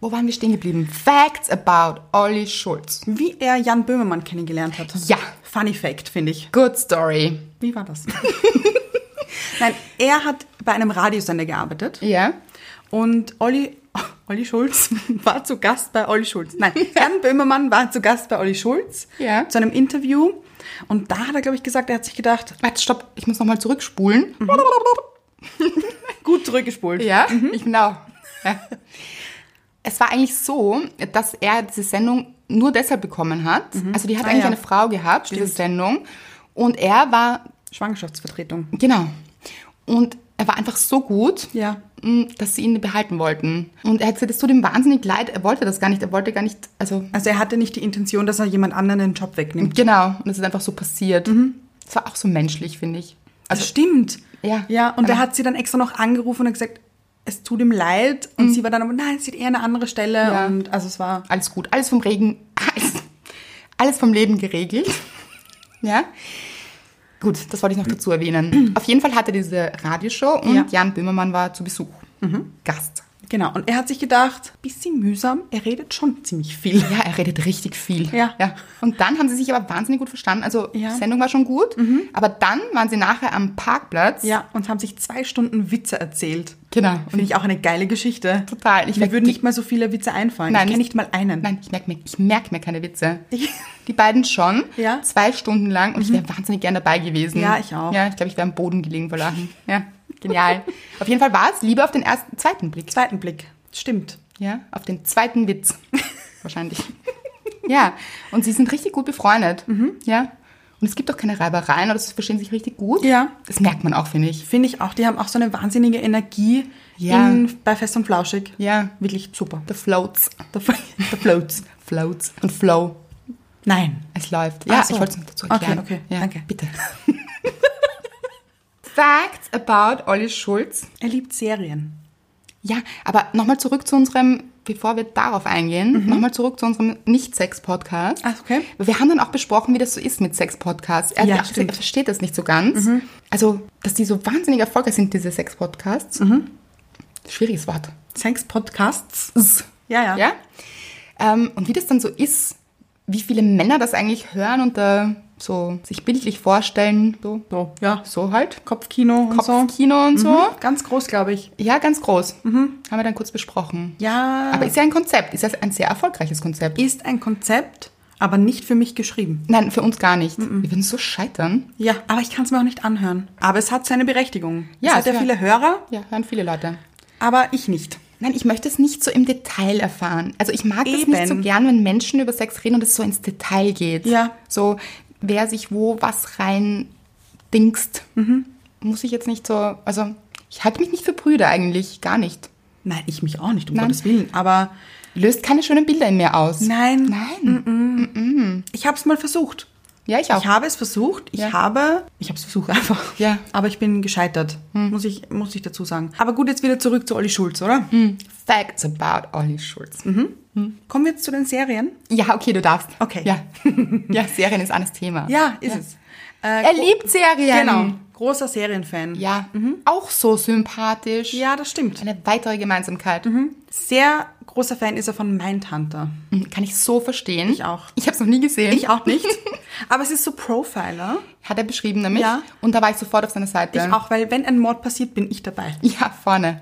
Wo waren wir stehen geblieben? Facts about Olli Schulz.
Wie er Jan Böhmermann kennengelernt hat.
Ja.
Funny Fact, finde ich.
Good story.
Wie war das? Nein, er hat bei einem Radiosender gearbeitet
Ja.
und Olli, Olli Schulz war zu Gast bei Olli Schulz. Nein, Jan Böhmermann war zu Gast bei Olli Schulz
Ja.
zu einem Interview und da hat er, glaube ich, gesagt, er hat sich gedacht,
Warte, stopp, ich muss nochmal zurückspulen.
Mhm. gut zurückgespult.
Ja, ich bin auch. Ja. Mhm. Es war eigentlich so, dass er diese Sendung nur deshalb bekommen hat. Also die hat
Ah,
eigentlich
ja.
eine Frau gehabt, diese Sendung. Und er war,
Schwangerschaftsvertretung.
genau, und er war einfach so gut,
Ja.
mh, dass sie ihn behalten wollten. Und er hat gesagt, es tut ihm wahnsinnig leid, er wollte das gar nicht, er wollte gar nicht, also
Also er hatte nicht die Intention, dass er jemand anderen den Job wegnimmt.
genau, und es ist einfach so passiert. Es war auch so menschlich, finde ich.
Also stimmt.
Ja.
Ja, und er
Aber-
hat sie dann extra noch angerufen und gesagt, es tut ihm leid. Und sie war dann, aber, nein, es sieht eher eine andere Stelle.
Ja.
Und also es war
alles gut, alles vom Regen, alles, alles vom Leben geregelt. ja. Gut, das wollte ich noch dazu erwähnen. Auf jeden Fall hatte diese Radioshow und
Ja. Mhm.
Jan Böhmermann war zu Besuch. Gast.
Genau, und er hat sich gedacht, bisschen mühsam, er redet schon ziemlich viel.
Ja, er redet richtig viel.
Ja.
Und dann haben sie sich aber wahnsinnig gut verstanden. Also
Ja. Mhm.
die Sendung war schon gut, aber dann waren sie nachher am Parkplatz.
Ja, und haben sich zwei Stunden Witze erzählt.
Genau. Und
Finde ich auch eine geile Geschichte.
Total. Ich
Ich Mir
merk-
würden nicht mal so viele Witze einfallen.
Nein,
ich kenne
das-
nicht mal einen.
Nein, ich merke mir, ich merk mir keine Witze.
Ich-
Die beiden schon,
Ja. Mhm.
zwei Stunden lang und ich wäre wahnsinnig gern dabei gewesen.
Ja, ich auch.
Ja, ich glaube, ich wäre am Boden gelegen vor Lachen. Ja, genial. auf jeden Fall war es lieber auf den ersten, zweiten Blick.
Zweiten Blick. Stimmt.
Ja, auf den zweiten Witz. Wahrscheinlich. ja, und sie sind richtig gut befreundet.
Mhm.
Ja. Und es gibt auch keine Reibereien oder sie verstehen sich richtig gut.
Ja.
Das merkt man auch, finde ich.
Finde ich auch. Die haben auch so eine wahnsinnige Energie
Ja.
in, bei Fest und Flauschig.
Ja.
Wirklich super.
The floats.
The, the floats.
Floats. Und flow.
Nein.
Es läuft. Ja,
Ach so.
ich wollte es noch dazu
Also, Okay,
erklären.
okay.
ja.
Danke.
Bitte. Facts about Olli Schulz.
Er liebt Serien.
Ja, aber nochmal zurück zu unserem, bevor wir darauf eingehen, nochmal zurück zu unserem Nicht-Sex-Podcast.
Ach, Mhm. Ah, okay.
Wir haben dann auch besprochen, wie das so ist mit Sex-Podcasts.
Ja,
Er, hat auch gesagt,
stimmt. Mhm.
er versteht das nicht so ganz. Also, dass die so wahnsinnig erfolgreich sind, diese Sex-Podcasts.
Mhm.
Schwieriges Wort.
Thanks Podcasts. Ja, ja.
Ja? Ähm, und wie das dann so ist, wie viele Männer das eigentlich hören und da so sich bildlich vorstellen, so,
So, ja.
so halt.
Kopfkino und so. Mhm.
Kopfkino und so.
Ganz groß, glaube ich.
Ja, ganz groß.
Mhm.
Haben wir dann kurz besprochen.
Ja.
Aber ist ja ein Konzept, ist ja ein sehr erfolgreiches Konzept.
Ah. ist ein Konzept, aber nicht für mich geschrieben.
Nein, für uns gar nicht.
Mhm.
Wir würden so scheitern.
Ja, aber ich kann es mir auch nicht anhören. Aber es hat seine Berechtigung.
Ja,
es hat ja
es-
viele Hörer,
Ja, hören viele Leute.
aber ich nicht.
Nein, ich möchte es nicht so im Detail erfahren. Also ich mag das nicht
Eben.
so gern, wenn Menschen über Sex reden und es so ins Detail geht.
Ja.
So, wer sich wo was rein dingst.
Mhm.
Muss ich jetzt nicht so, also ich halte mich nicht für Brüder eigentlich, gar nicht.
Nein, ich mich auch nicht, um
Nein.
Gottes Willen. Aber
Löst keine schönen Bilder in mir aus.
nein,
Nein.
ich habe es mal versucht.
Ja, ich auch.
Ich habe es versucht. Ich
Ja.
habe, Hm. ich habe es versucht einfach.
Ja.
Aber ich bin gescheitert, muss, ich, muss ich dazu sagen. Aber gut, jetzt wieder zurück zu Olli Schulz, oder?
Facts about Olli Schulz. Mhm.
Kommen wir jetzt zu den Serien.
Ja, okay, du darfst.
Okay.
Ja, ja Serien ist alles Thema.
Ja, ist es. Äh,
Er
gro-
liebt Serien.
Genau, großer Serienfan.
Ja, auch so sympathisch.
ja, Mhm. das stimmt.
Eine weitere Gemeinsamkeit.
Sehr großer Fan ist er von Mindhunter.
Mhm, Kann ich so verstehen.
Ich auch.
Ich habe es noch nie gesehen.
Ich auch nicht. Aber es ist so Profiler.
Hat er beschrieben nämlich.
Ja.
Und da war ich sofort auf seiner Seite.
Ich auch, Mhm. weil wenn ein Mord passiert, bin ich dabei.
Ja, vorne.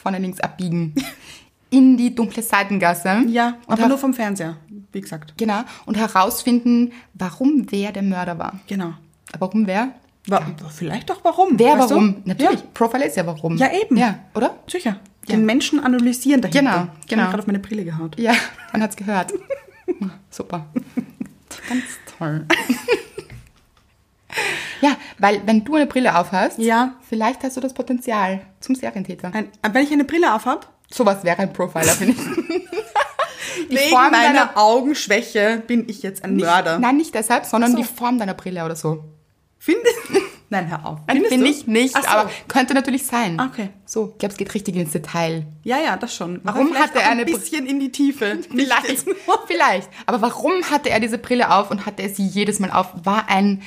Vorne links abbiegen. In die dunkle Seitengasse.
Ja,
und
aber
hab-
nur vom Fernseher. wie gesagt.
Genau. Und herausfinden, warum wer der Mörder war.
Genau.
Warum wer?
Wa Vielleicht auch warum.
Wer
weißt du?
warum? Natürlich.
Ja.
Profile ist ja warum.
Ja, eben.
Ja, oder?
Sicher.
Ja.
Den Menschen analysieren dahinter.
Genau,
Ich
genau.
habe gerade auf meine Brille gehaut.
Ja, man hat's gehört. Super. Ganz toll. ja, weil wenn du eine Brille aufhast,
Ja.
vielleicht hast du das Potenzial zum Serientäter.
Ein, äh, wenn ich eine Brille aufhab,
Sowas wäre ein Profiler, finde ich. Die
wegen
Form
meiner
deiner-
Augenschwäche bin ich jetzt ein Mörder.
Nein, nicht deshalb, sondern
Ach so.
die Form deiner Brille oder so.
Finde Nein, hör auf.
Nein, finde ich nicht,
Ach so. Ah,
aber könnte natürlich sein.
Okay.
So, ich glaube, es geht richtig ins Detail.
Ja, ja, das schon. Aber
Warum
vielleicht
hat er
auch
eine
ein
Br-
bisschen in die Tiefe? Nicht
Vielleicht,
jetzt nur-
vielleicht. Aber warum hatte er diese Brille auf und hatte er sie jedes Mal auf? War ein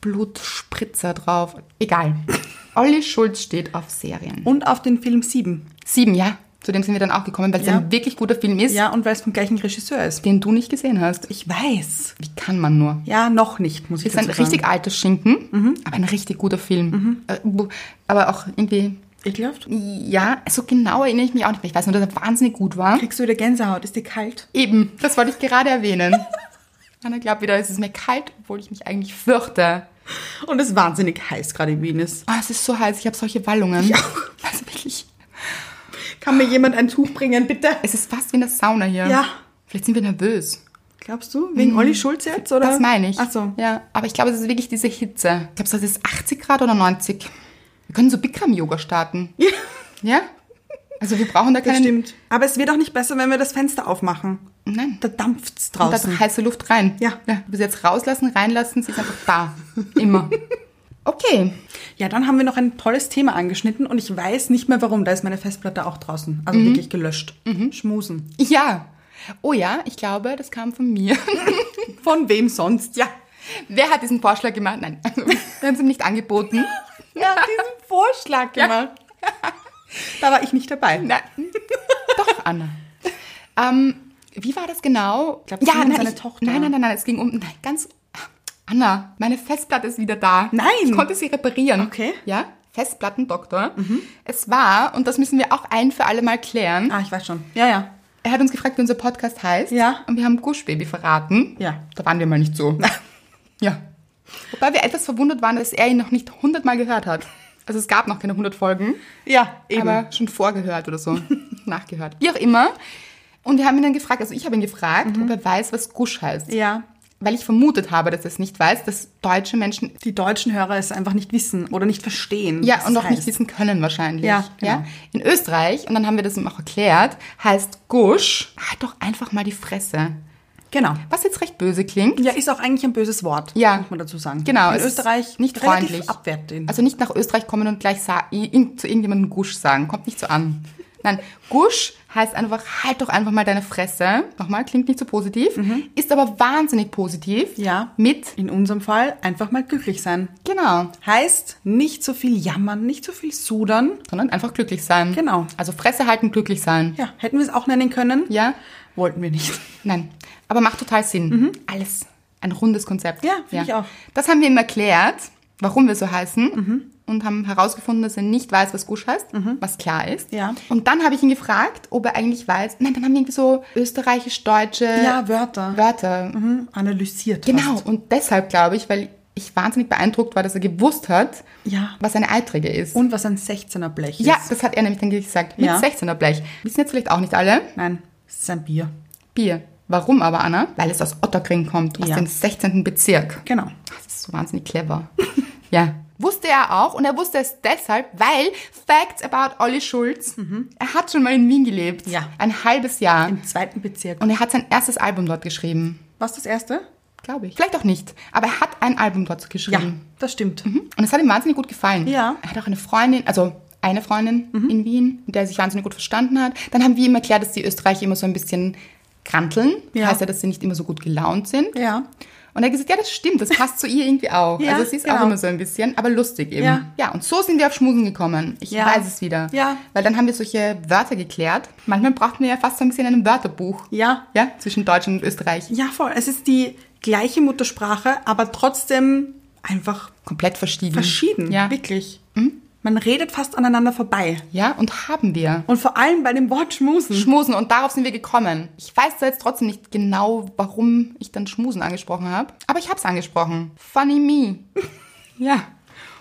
Blutspritzer drauf? Egal. Olli Schulz steht auf Serien.
Und auf den Film 7.
Sieben, ja. Zu dem sind wir dann auch gekommen, weil es
Ja.
ein wirklich guter Film ist,
Ja, und weil es vom gleichen Regisseur ist.
den du nicht gesehen hast.
Ich weiß.
Wie kann man nur?
Ja, noch nicht, Mhm. muss ich
Ist ein
dazu sagen.
richtig alter Schinken, aber ein richtig guter Film. Äh, bu- aber auch irgendwie,
Ekelhaft?
ja, so genau erinnere ich mich auch nicht mehr. Ich weiß nur, dass er wahnsinnig gut war.
Kriegst du wieder Gänsehaut? Ist dir kalt?
Eben, das wollte ich gerade erwähnen. Anna glaubt wieder, es ist mir kalt, obwohl ich mich eigentlich fürchte.
Und es ist wahnsinnig heiß gerade in Wien ist.
Oh, es ist so heiß, ich habe solche Wallungen. Ja. Also wirklich,
Kann mir jemand ein Tuch bringen, bitte?
es ist fast wie in der Sauna hier.
Ja.
Vielleicht sind wir nervös.
Glaubst du? Wegen Olli Schulz jetzt? Oder?
Mhm. Das meine ich.
Ach so.
Ja, aber ich glaube, es ist wirklich diese Hitze. Ich glaube, es ist 80 Grad oder 90. Wir können so Bikram-Yoga starten.
Ja,
Ja? Also wir brauchen da
das
keinen...
stimmt. Aber es wird auch nicht besser, wenn wir das Fenster aufmachen.
Nein.
Da dampft's
Und da
draußen.
dr- heiße Luft rein.
Ja.
ja. Bis jetzt rauslassen, reinlassen, sie ist einfach da. Immer. Okay.
Ja, dann haben wir noch ein tolles Thema angeschnitten und ich weiß nicht mehr warum. Da ist meine Festplatte auch draußen. Also
Mhm.
wirklich gelöscht. Schmusen.
Ja. Oh ja, ich glaube, das kam von mir.
Von wem sonst? Ja.
Wer hat diesen Vorschlag gemacht? Nein, Also, wir haben es ihm nicht angeboten.
Ja, diesen Vorschlag gemacht. Da war ich nicht dabei.
Nein. Doch, Anna. Ähm, wie war das genau?
glaub, es ging um seine
ich,
Tochter.
Nein, nein, nein, nein, es ging um nein, ganz. Anna, meine Festplatte ist wieder da.
Nein.
Ich konnte sie reparieren.
Okay. Mhm.
Ja, Festplattendoktor. Es war, und das müssen wir auch ein für alle Mal klären,
Ah, ich weiß schon. Ja, ja.
er hat uns gefragt, wie unser Podcast heißt.
Ja.
Und wir haben Guschbaby verraten.
Ja.
Da waren wir mal nicht so. ja. Wobei wir etwas verwundert waren, dass er ihn noch nicht hundertmal gehört hat. Also es gab noch keine hundert Folgen.
Ja, Mhm. eben.
Aber schon vorgehört oder so. Nachgehört. Wie auch immer. Und wir haben ihn dann gefragt, also ich habe ihn gefragt, ob er weiß, was Gusch heißt.
Mhm. ja.
Weil ich vermutet habe, dass er es nicht weiß, dass deutsche Menschen
Die deutschen Hörer es einfach nicht wissen oder nicht verstehen.
ja
was
und
es
auch nicht
heißt.
wissen können wahrscheinlich.
Ja,
ja.
genau.
In Österreich, und dann haben wir das ihm auch erklärt, heißt Gusch, halt doch einfach mal die Fresse.
Genau.
Was jetzt recht böse klingt.
Ja, ist auch eigentlich ein böses Wort,
Ja.
muss man dazu sagen.
Genau,
In
es ist
Österreich
nicht
relativ
freundlich.
abwertend.
Also nicht nach Österreich kommen und gleich sa- i- in- zu irgendjemandem Gusch sagen. Kommt nicht so an. Nein, Gusch heißt einfach, halt doch einfach mal deine Fresse. Nochmal, klingt nicht so positiv, ist aber wahnsinnig positiv.
Mhm. Ja.
Mit,
Also In unserem Fall einfach mal glücklich sein.
genau,
Heißt nicht so viel jammern, nicht so viel sudern.
sondern einfach glücklich sein.
Genau.
Also Fresse halten, glücklich sein.
Ja, hätten wir es auch nennen können.
Ja?
Wollten wir nicht.
Nein. Aber macht total Sinn. Alles. Ein rundes Konzept.
Mhm. Ja, finde ich auch.
Das haben wir ihm erklärt, warum wir so heißen.
Mhm.
Und haben herausgefunden, dass er nicht weiß, was Gusch heißt, was klar ist.
Ja.
Und dann habe ich ihn gefragt, ob er eigentlich weiß. Nein, dann haben wir irgendwie so österreichisch-deutsche
Ja, Wörter.
Wörter.
Mhm, analysiert.
Äh, Genau.
Fast.
Und deshalb glaube ich, weil ich wahnsinnig beeindruckt war, dass er gewusst hat,
Ja.
was eine Eiträge ist.
Und was ein 16er Blech
ja,
ist.
das hat er nämlich dann gesagt. Mit
Ja.
16er Blech. Wissen jetzt vielleicht auch nicht alle.
Nein, es ist ein Bier.
Bier. Warum aber, Anna? Weil es aus Otterkring kommt, aus
Ja.
dem 16. Bezirk.
Genau.
Das ist so wahnsinnig clever. ja. Wusste er auch und er wusste es deshalb, weil Facts about Olli Schulz, er hat schon mal in Wien gelebt.
Mhm. Ja.
Ein halbes Jahr.
Im zweiten Bezirk.
Und er hat sein erstes Album dort geschrieben.
Was das erste?
Glaube ich. Vielleicht auch nicht. Aber er hat ein Album dort
Ja,
geschrieben. Hm?
das stimmt.
Und es hat ihm wahnsinnig gut gefallen.
Ja. Mhm.
Er hat auch eine Freundin, also eine Freundin in Wien, mit der er sich wahnsinnig gut verstanden hat. Dann haben wir ihm erklärt, dass die Österreicher immer so ein bisschen kranteln.
Ja.
Heißt ja, dass sie nicht immer so gut gelaunt sind.
Ja.
Und er hat gesagt, ja, das stimmt, das passt zu ihr irgendwie auch.
Ja,
also sie ist auch
genau.
immer so ein bisschen, aber lustig eben.
Ja.
ja, und so sind wir auf Schmusen gekommen. Ich
Ja.
weiß es wieder.
Ja.
Weil dann haben wir solche Wörter geklärt. Manchmal braucht man ja fast so ein bisschen ein Wörterbuch.
Ja.
Ja, zwischen Deutsch und Österreich.
Ja, voll. Es ist die gleiche Muttersprache, aber trotzdem einfach
Komplett verschieden.
verschieden.
Mhm. Ja. Mhm.
Wirklich. Man redet fast aneinander vorbei.
Ja, und haben wir.
Und vor allem bei dem Wort schmusen.
Schmusen und darauf sind wir gekommen. Ich weiß zwar jetzt trotzdem nicht genau, warum ich dann Schmusen angesprochen habe, aber ich habe es angesprochen. Funny me. ja.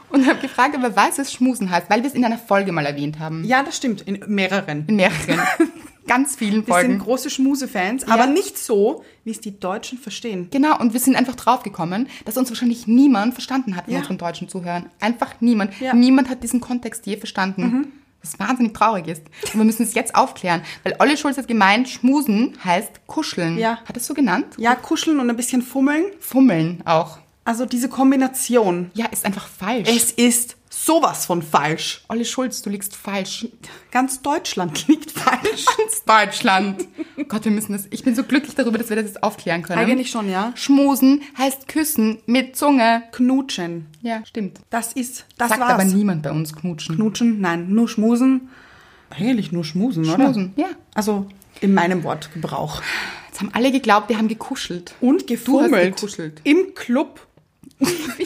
Und habe gefragt, aber was es Schmusen heißt, weil wir es in einer Folge mal erwähnt haben.
ja, das stimmt. In mehreren.
In mehreren. Ganz vielen
genau. Wir sind
Folgen.
große Schmuse-Fans, aber nicht so, wie es die Deutschen verstehen.
Genau, und wir sind einfach draufgekommen, dass uns wahrscheinlich niemand verstanden hat von
Ja.
unseren deutschen Zuhörern. Einfach niemand.
Ja. Mhm.
Niemand hat diesen Kontext je verstanden. Was wahnsinnig traurig ist. Und wir müssen es jetzt aufklären. Weil Olli Schulz hat gemeint, schmusen heißt kuscheln.
Ja.
Hat er es so genannt?
Ja, kuscheln und ein bisschen fummeln.
Fummeln auch.
Also diese Kombination.
Ja, ist einfach falsch.
Es ist sowas von falsch.
Olli Schulz, du liegst falsch.
Ganz Deutschland liegt falsch.
Ganz Deutschland. Gott, wir müssen das. Ich bin so glücklich darüber, dass wir das jetzt aufklären können.
Eigentlich schon, ja.
Schmusen heißt küssen mit Zunge.
Knutschen.
Ja, stimmt.
Das ist, das
Sagt
war's.
aber niemand bei uns knutschen.
Knutschen? Nein, nur schmusen. Eigentlich nur schmusen, oder?
Schmusen, ja.
Also in meinem Wortgebrauch.
Jetzt haben alle geglaubt, wir haben gekuschelt.
Und
Du hast
gefummelt.
gekuschelt.
Im Club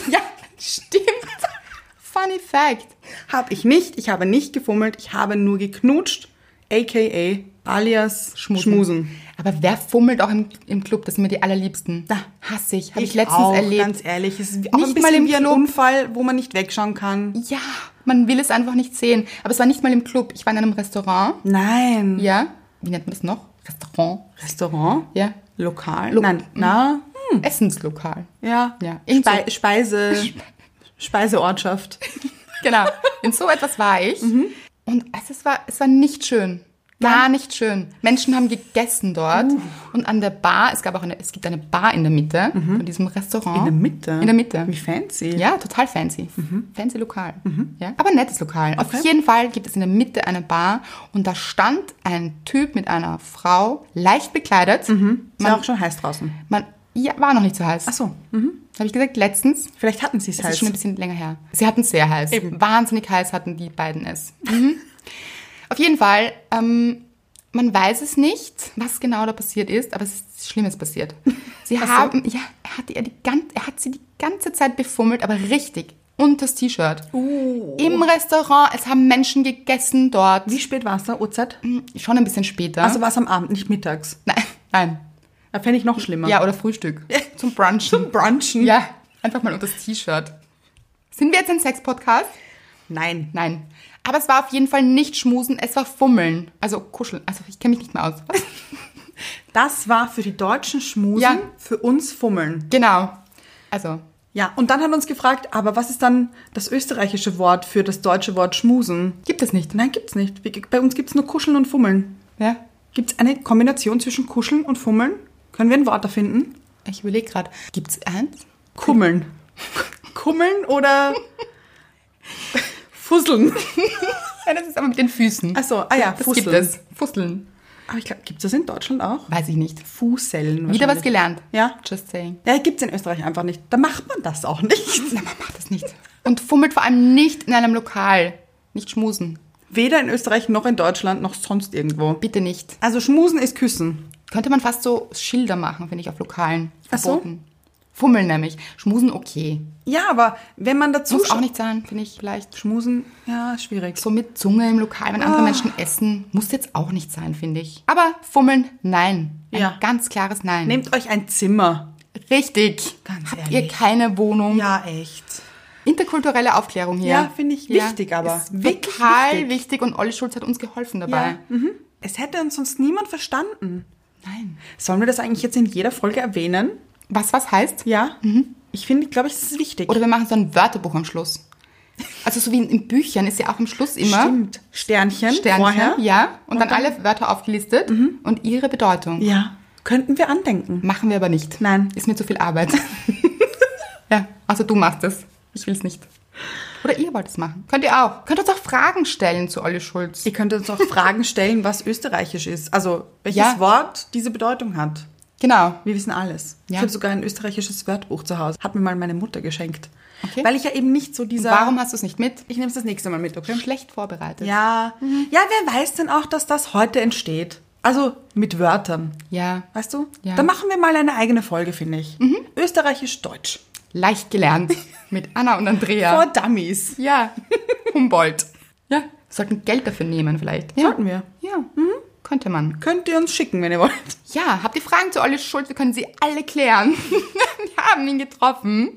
Ja, stimmt. Funny Fact.
habe ich nicht. Ich habe nicht gefummelt. Ich habe nur geknutscht. AKA alias Schmusen.
Aber wer fummelt auch im, im Club? Das sind mir die allerliebsten.
Da.
hasse ich. Habe ich, letztens
auch,
erlebt.
Ganz ehrlich, es ist auch
Nicht
ein bisschen
mal im
wie ein
Club.
Unfall, wo man nicht wegschauen kann.
ja, man will es einfach nicht sehen. Aber es war nicht mal im Club. Ich war in einem Restaurant.
Nein.
Ja. Wie nennt man das noch? Restaurant.
Restaurant?
Ja.
Lokal?
Lo-
Nein, na?
Essenslokal.
Hm. Ja.
Ja, irgend so-
Spe Speise. Speiseortschaft.
Genau. In so etwas war ich.
Mhm.
Und es, es, war, es war nicht schön. Gar nicht schön. Menschen haben gegessen dort.
Uh.
Und an der Bar, es gab auch eine, es gibt eine Bar in der Mitte von diesem Restaurant.
Mhm. In der Mitte?
In der Mitte.
Wie Mhm. fancy.
Ja, total fancy. Fancy Lokal.
Mhm.
Ja, aber nettes Lokal. Auf jeden Fall gibt es in der Mitte eine Bar und da stand ein Typ mit einer Frau, leicht bekleidet.
Mhm. Ist ja auch schon heiß draußen.
Man, ja, war noch nicht so heiß.
Ach so. Mhm.
Habe ich gesagt, letztens
Vielleicht hatten halt. sie es
das ist
heiß.
schon ein bisschen länger her. Sie hatten es sehr heiß.
Eben.
Wahnsinnig heiß hatten die beiden es. Mhm. Auf jeden Fall, ähm, man weiß es nicht, was genau da passiert ist, aber es ist Schlimmes passiert. Sie
Ach so.
haben, ja, er hat, ihr die ganze, er hat sie die ganze Zeit befummelt, aber richtig. Und das T-Shirt. Im Restaurant, es haben Menschen gegessen dort.
Oh. Wie spät war es da? Uhrzeit?
Schon ein bisschen später.
Also war es am Abend, nicht mittags.
nein, nein.
Da fände ich noch schlimmer.
Ja, oder Frühstück. Zum Brunchen.
Zum Brunchen?
Ja, einfach mal unter das T-Shirt. Sind wir jetzt ein Sex-Podcast?
Nein.
Nein. Aber es war auf jeden Fall nicht schmusen, es war fummeln. Also kuscheln. Also ich kenne mich nicht mehr aus.
Das war für die Deutschen Schmusen,
Ja.
für uns Fummeln.
genau. Also,
Ja, und dann hat uns gefragt, aber was ist dann das österreichische Wort für das deutsche Wort Schmusen?
gibt es nicht.
Nein, gibt's nicht. Wir- Bei uns gibt's nur Kuscheln und Fummeln.
Ja.
Gibt's eine Kombination zwischen Kuscheln und Fummeln? Können wir ein Wort erfinden?
Ich überlege gerade, gibt es eins?
Kummeln. Kummeln oder Fusseln?
Ja, das ist aber mit den Füßen.
Ach so, ah ja,
das
Fusseln.
gibt es. Fusseln.
Aber ich glaube, gibt's das in Deutschland auch?
Weiß ich nicht.
Fußellen.
Wieder was
wahrscheinlich.
gelernt.
Ja.
Just saying.
Ja, gibt's in Österreich einfach nicht. Da macht man das auch nicht.
Na, man macht das nicht. Und fummelt vor allem nicht in einem Lokal. Nicht schmusen.
Weder in Österreich noch in Deutschland noch sonst irgendwo.
Bitte nicht.
Also Schmusen ist Küssen.
Könnte man fast so Schilder machen, finde ich, auf Lokalen.
Ach so.
Verboten. Fummeln nämlich. Schmusen okay.
Ja, aber wenn man dazu
Muss auch
scha-
nicht sein, finde ich vielleicht.
Schmusen, ja, schwierig.
So mit Zunge im Lokal, wenn
Ah.
andere Menschen essen, muss jetzt auch nicht sein, finde ich. Aber fummeln, nein. Ein
Ja.
ganz klares Nein.
Nehmt euch ein Zimmer.
Richtig.
Ganz
Habt ihr
ehrlich.
keine Wohnung?
Ja, echt.
Interkulturelle Aufklärung hier.
Ja, finde ich wichtig, aber
Ist
wirklich
total wichtig.
wichtig.
und Olli Schulz hat uns geholfen dabei.
Ja. Mhm. Es hätte uns sonst niemand verstanden.
Nein.
Sollen wir das eigentlich jetzt in jeder Folge erwähnen?
Was was heißt?
Ja. Ich finde, glaube ich, es ist wichtig.
Mhm. Oder wir machen so ein Wörterbuch am Schluss. Also so wie in, in Büchern ist ja auch am Schluss immer
Stimmt. Sternchen,
Sternchen,
vorher. Mhm.
ja, und, dann, alle Wörter aufgelistet und ihre Bedeutung.
ja. Könnten wir andenken.
Machen wir aber nicht.
Nein.
Ist mir zu viel Arbeit. ja, also du machst es. Ich will es nicht. Oder ihr wollt es machen. Könnt ihr auch. Könnt uns auch Fragen stellen zu Olli Schulz.
Ihr könnt uns auch Fragen stellen, was österreichisch ist. Also, welches
Ja.
Wort diese Bedeutung hat.
Genau.
Wir wissen alles.
Ja.
Ich habe sogar ein österreichisches Wörterbuch zu Hause. Hat mir mal meine Mutter geschenkt.
Okay.
Weil ich ja eben nicht so dieser.
Warum hast du es nicht mit?
Ich nehme es das nächste Mal mit, okay?
Schlecht vorbereitet.
Ja.
Mhm.
Ja, wer weiß denn auch, dass das heute entsteht? Also mit Wörtern.
Ja.
Weißt du?
Ja. Mhm.
Da machen wir mal eine eigene Folge, finde ich. Österreichisch-Deutsch.
Leicht gelernt. Mit Anna und Andrea.
For Dummies.
ja. Humboldt.
Ja,
Sollten Geld dafür nehmen vielleicht. Ja.
sollten wir. Mhm.
Ja, könnte man.
Könnt ihr uns schicken, wenn ihr wollt.
Ja, habt ihr Fragen zu Olle Schulz? Wir können sie alle klären. wir haben ihn getroffen.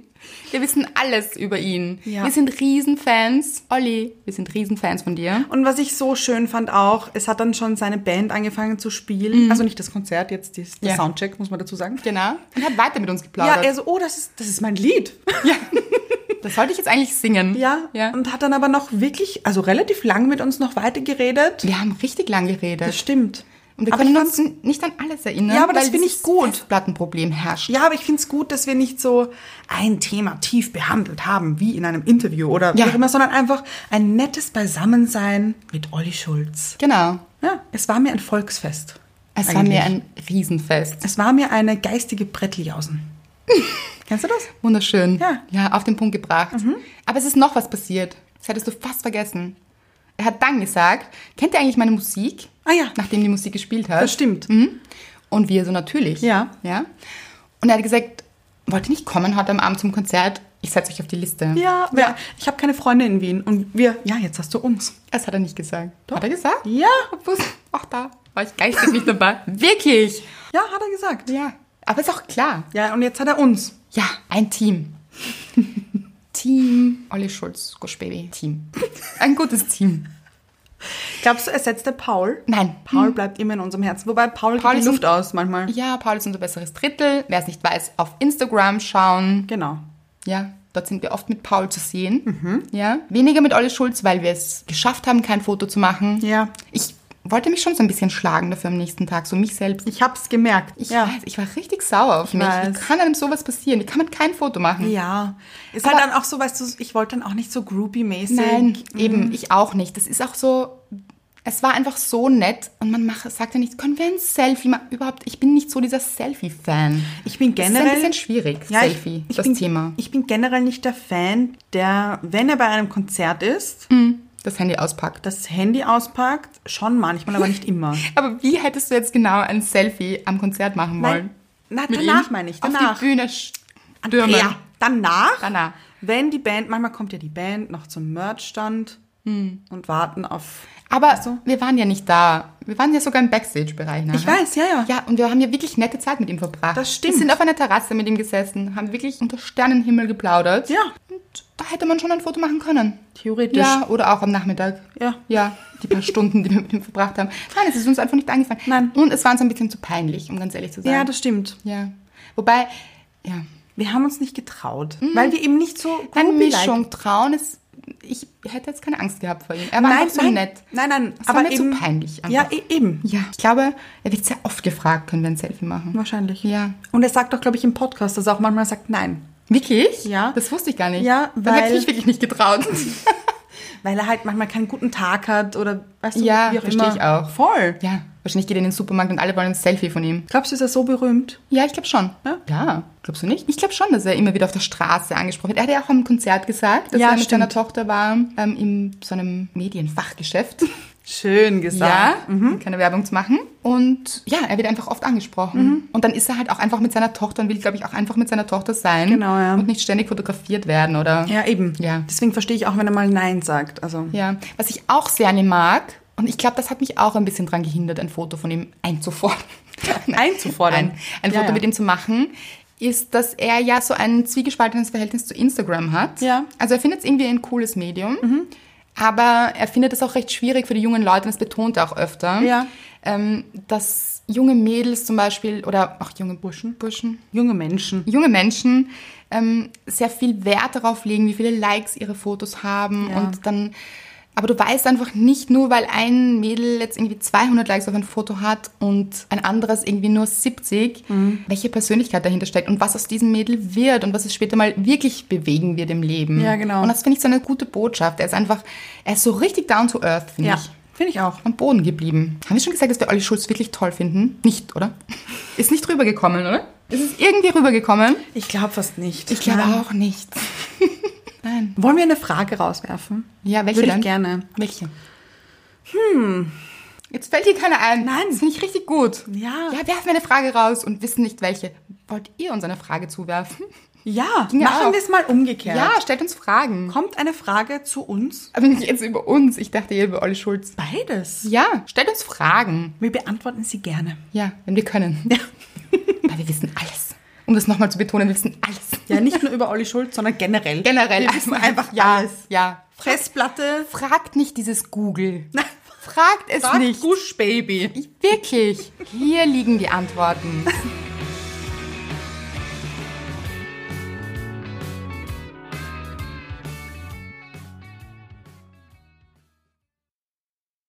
Wir wissen alles über ihn.
Ja.
Wir sind Riesenfans. Olli, wir sind Riesenfans von dir.
Und was ich so schön fand auch, es hat dann schon seine Band angefangen zu spielen. Also nicht das Konzert, jetzt das, der
Ja.
Soundcheck, muss man dazu sagen.
Genau. Und hat weiter mit uns
Ja,
geplaudert.
er so, oh, das ist, das ist mein Lied.
das sollte ich jetzt eigentlich singen.
Ja,
ja.
Und hat dann aber noch wirklich, also relativ lang mit uns noch weiter geredet.
Wir haben richtig lang
Das
geredet.
stimmt.
Und wir
aber
können
ich
uns n- nicht an alles erinnern.
Ja, aber das
weil
finde ich
dieses
gut.
Festplattenproblem herrscht.
Ja, aber ich finde es gut, dass wir nicht so ein Thema tief behandelt haben, wie in einem Interview oder
Ja.
wie auch immer, sondern einfach ein nettes Beisammensein mit Olli Schulz.
Genau.
Ja, es war mir ein Volksfest.
Es war
Eigentlich.
mir ein Riesenfest.
Es war mir eine geistige Brettljausen. Kennst du das?
Wunderschön.
Ja. Mhm.
Ja, auf den Punkt gebracht. Aber es ist noch was passiert. Das hättest du fast vergessen. Er hat dann gesagt, kennt ihr eigentlich meine Musik?
Ah ja.
Nachdem die Musik gespielt hat.
Das stimmt.
Mhm. Und wir so natürlich.
Ja.
Ja. Und er hat gesagt, wollt ihr nicht kommen heute am Abend zum Konzert? Ich setze euch auf die Liste.
Ja, wer, ich habe keine Freunde in Wien und wir, ja, jetzt hast du uns.
Das hat er nicht gesagt. Hat er gesagt?
Ja.
Obwohl, auch da war ich geistig nicht dabei. Wirklich?
Ja, hat er gesagt.
Ja. Aber ist auch klar.
Ja, und jetzt hat er uns.
Ja, ein Team. Team Olli Schulz, Gush Baby. Team. Ein gutes Team.
Glaubst du, er setzt der Paul?
Nein.
Paul bleibt immer in unserem Herzen. Wobei Paul,
Hm. Paul
geht
ist
die Luft aus manchmal.
Ja, Paul ist unser besseres Drittel. Wer es nicht weiß, auf Instagram schauen.
Genau.
Ja, dort sind wir oft mit Paul zu sehen.
Mhm.
Ja, weniger mit Olli Schulz, weil wir es geschafft haben, kein Foto zu machen.
Ja.
Ich wollte mich schon so ein bisschen schlagen dafür am nächsten Tag, so mich selbst.
Ich hab's gemerkt.
Ich
ja.
weiß, ich war richtig sauer auf mich.
weiß.
Wie kann einem sowas passieren? Wie kann man kein Foto machen?
Ja. Ist
Aber-
halt dann auch so, weißt du, ich wollte dann auch nicht so groupie-mäßig.
Nein, eben, ich auch nicht. Das ist auch so, es war einfach so nett und man macht, sagt ja nicht, können wir ein Selfie machen? Überhaupt, ich bin nicht so dieser Selfie-Fan.
Ich bin generell.
Das ist ein bisschen schwierig, Selfie,
ich, ich
das
bin,
Thema.
Ich bin generell nicht der Fan, der, wenn er bei einem Konzert ist,
Hm. Das Handy auspackt.
das Handy auspackt. Schon manchmal, aber nicht immer.
Aber wie hättest du jetzt genau ein Selfie am Konzert machen wollen?
Nein. Na,
Mit
danach
ihm?
meine ich.
Auf
Danach.
die Bühne stürmen.
Ja, danach,
Danach.
wenn die Band, manchmal kommt ja die Band noch zum Merch-Stand
Hm.
und warten auf.
Aber wir waren ja nicht da. Wir waren ja sogar im Backstage-Bereich. nachher.
Ich weiß, ja, ja.
Ja, und wir haben ja wirklich nette Zeit mit ihm verbracht.
Das stimmt.
Wir sind auf einer Terrasse mit ihm gesessen, haben wirklich unter Sternenhimmel geplaudert.
Ja.
Und da hätte man schon ein Foto machen können.
Theoretisch.
Ja, oder auch am Nachmittag.
Ja.
Ja, die paar Stunden, die wir mit ihm verbracht haben. Nein, es ist uns einfach nicht eingefallen.
Nein.
Und es war uns ein bisschen zu peinlich, um ganz ehrlich zu sein.
Ja, das stimmt.
Ja. Wobei, ja,
Wir haben uns nicht getraut, weil wir eben nicht so
Mhm. eine
groupie-like-
Mischung, Trauen ist... Ich hätte jetzt keine Angst gehabt vor ihm. Er war
Nein,
einfach so
nein,
nett.
Nein, nein,
Es war
aber
mir zu
eben
peinlich
Ja,
einfach.
e eben.
Ja, ich glaube, er wird sehr oft gefragt, können wir ein Selfie machen.
Wahrscheinlich.
Ja.
Und er sagt auch, glaube ich, im Podcast, dass er auch manchmal sagt nein.
Wirklich?
Ja.
Das wusste ich gar nicht.
Ja,
Dann hätte
weil-
ich mich wirklich nicht getraut.
Weil er halt manchmal keinen guten Tag hat oder weißt du,
Ja,
wie auch
verstehe
immer.
ich auch.
Voll.
ja, wahrscheinlich geht er in den Supermarkt und alle wollen ein Selfie von ihm.
Glaubst du, ist er so berühmt?
Ja, ich glaube schon.
Ja?
glaubst du nicht? Ich glaube schon, dass er immer wieder auf der Straße angesprochen wird. Er hat ja auch am Konzert gesagt, dass
Ja,
er mit
stimmt.
seiner Tochter war ähm, in so einem Medienfachgeschäft.
Schön
Ja,
gesagt.
um keine Werbung zu machen. Und ja, er wird einfach oft angesprochen.
Mhm.
Und dann ist er halt auch einfach mit seiner Tochter und will, glaube ich, auch einfach mit seiner Tochter sein.
Genau, ja.
Und nicht ständig fotografiert werden, oder?
Ja, eben.
Ja.
Deswegen verstehe ich auch, wenn er mal Nein sagt. Also.
Ja, was ich auch sehr an ihm mag, und ich glaube, das hat mich auch ein bisschen daran gehindert, ein Foto von ihm einzufordern. Nein,
Einzufordern.
Ein, ein
Ja,
Foto
ja.
mit ihm zu machen, ist, dass er ja so ein zwiegespaltenes Verhältnis zu Instagram hat.
Ja. Mhm.
Also er findet es irgendwie ein cooles Medium, aber er findet es auch recht schwierig für die jungen Leute, und das betont er auch öfter,
Ja.
ähm, dass junge Mädels zum Beispiel oder auch junge Burschen, Burschen
Junge Menschen.
junge Menschen ähm, sehr viel Wert darauf legen, wie viele Likes ihre Fotos haben
Ja.
und dann. Aber du weißt einfach nicht nur, weil ein Mädel jetzt irgendwie 200 Likes auf ein Foto hat und ein anderes irgendwie nur 70,
Mhm.
welche Persönlichkeit dahinter steckt und was aus diesem Mädel wird und was es später mal wirklich bewegen wird im Leben.
Ja, genau.
Und das finde ich so eine gute Botschaft. Er ist einfach, er ist so richtig down to earth, finde
Ja,
ich.
finde ich auch.
Am Boden geblieben. Haben wir schon gesagt, dass wir Olli Schulz wirklich toll finden? Nicht, oder? Ist nicht rübergekommen, oder? Ist es irgendwie rübergekommen?
Ich glaube fast nicht.
Ich glaube
Nein.
auch nicht. Nein.
Wollen wir eine Frage rauswerfen?
Ja, welche
Würde ich
denn?
gerne. Hm.
Welche? Hm. Jetzt fällt dir keine ein.
Nein.
Das finde ich richtig gut.
Ja.
Ja, werfen wir eine Frage raus und wissen nicht welche. Wollt ihr uns eine Frage zuwerfen?
Ja,
ja
machen
auch.
wir es mal umgekehrt.
Ja, stellt uns Fragen.
Kommt eine Frage zu uns?
Aber nicht jetzt über uns. Ich dachte eher über Olli Schulz.
Beides.
Ja, stellt uns Fragen.
Wir beantworten sie gerne.
Ja, wenn wir können.
Ja.
Weil wir wissen alles. Um das nochmal zu betonen, wir wissen alles.
Ja, nicht nur über Olli Schulz, sondern generell.
Generell
Wir wissen einfach
ja,
alles.
Ja.
Fressplatte.
Fragt nicht dieses Google. Fragt es
Frag
nicht.
Gusch, Baby.
Wirklich. Hier liegen die Antworten.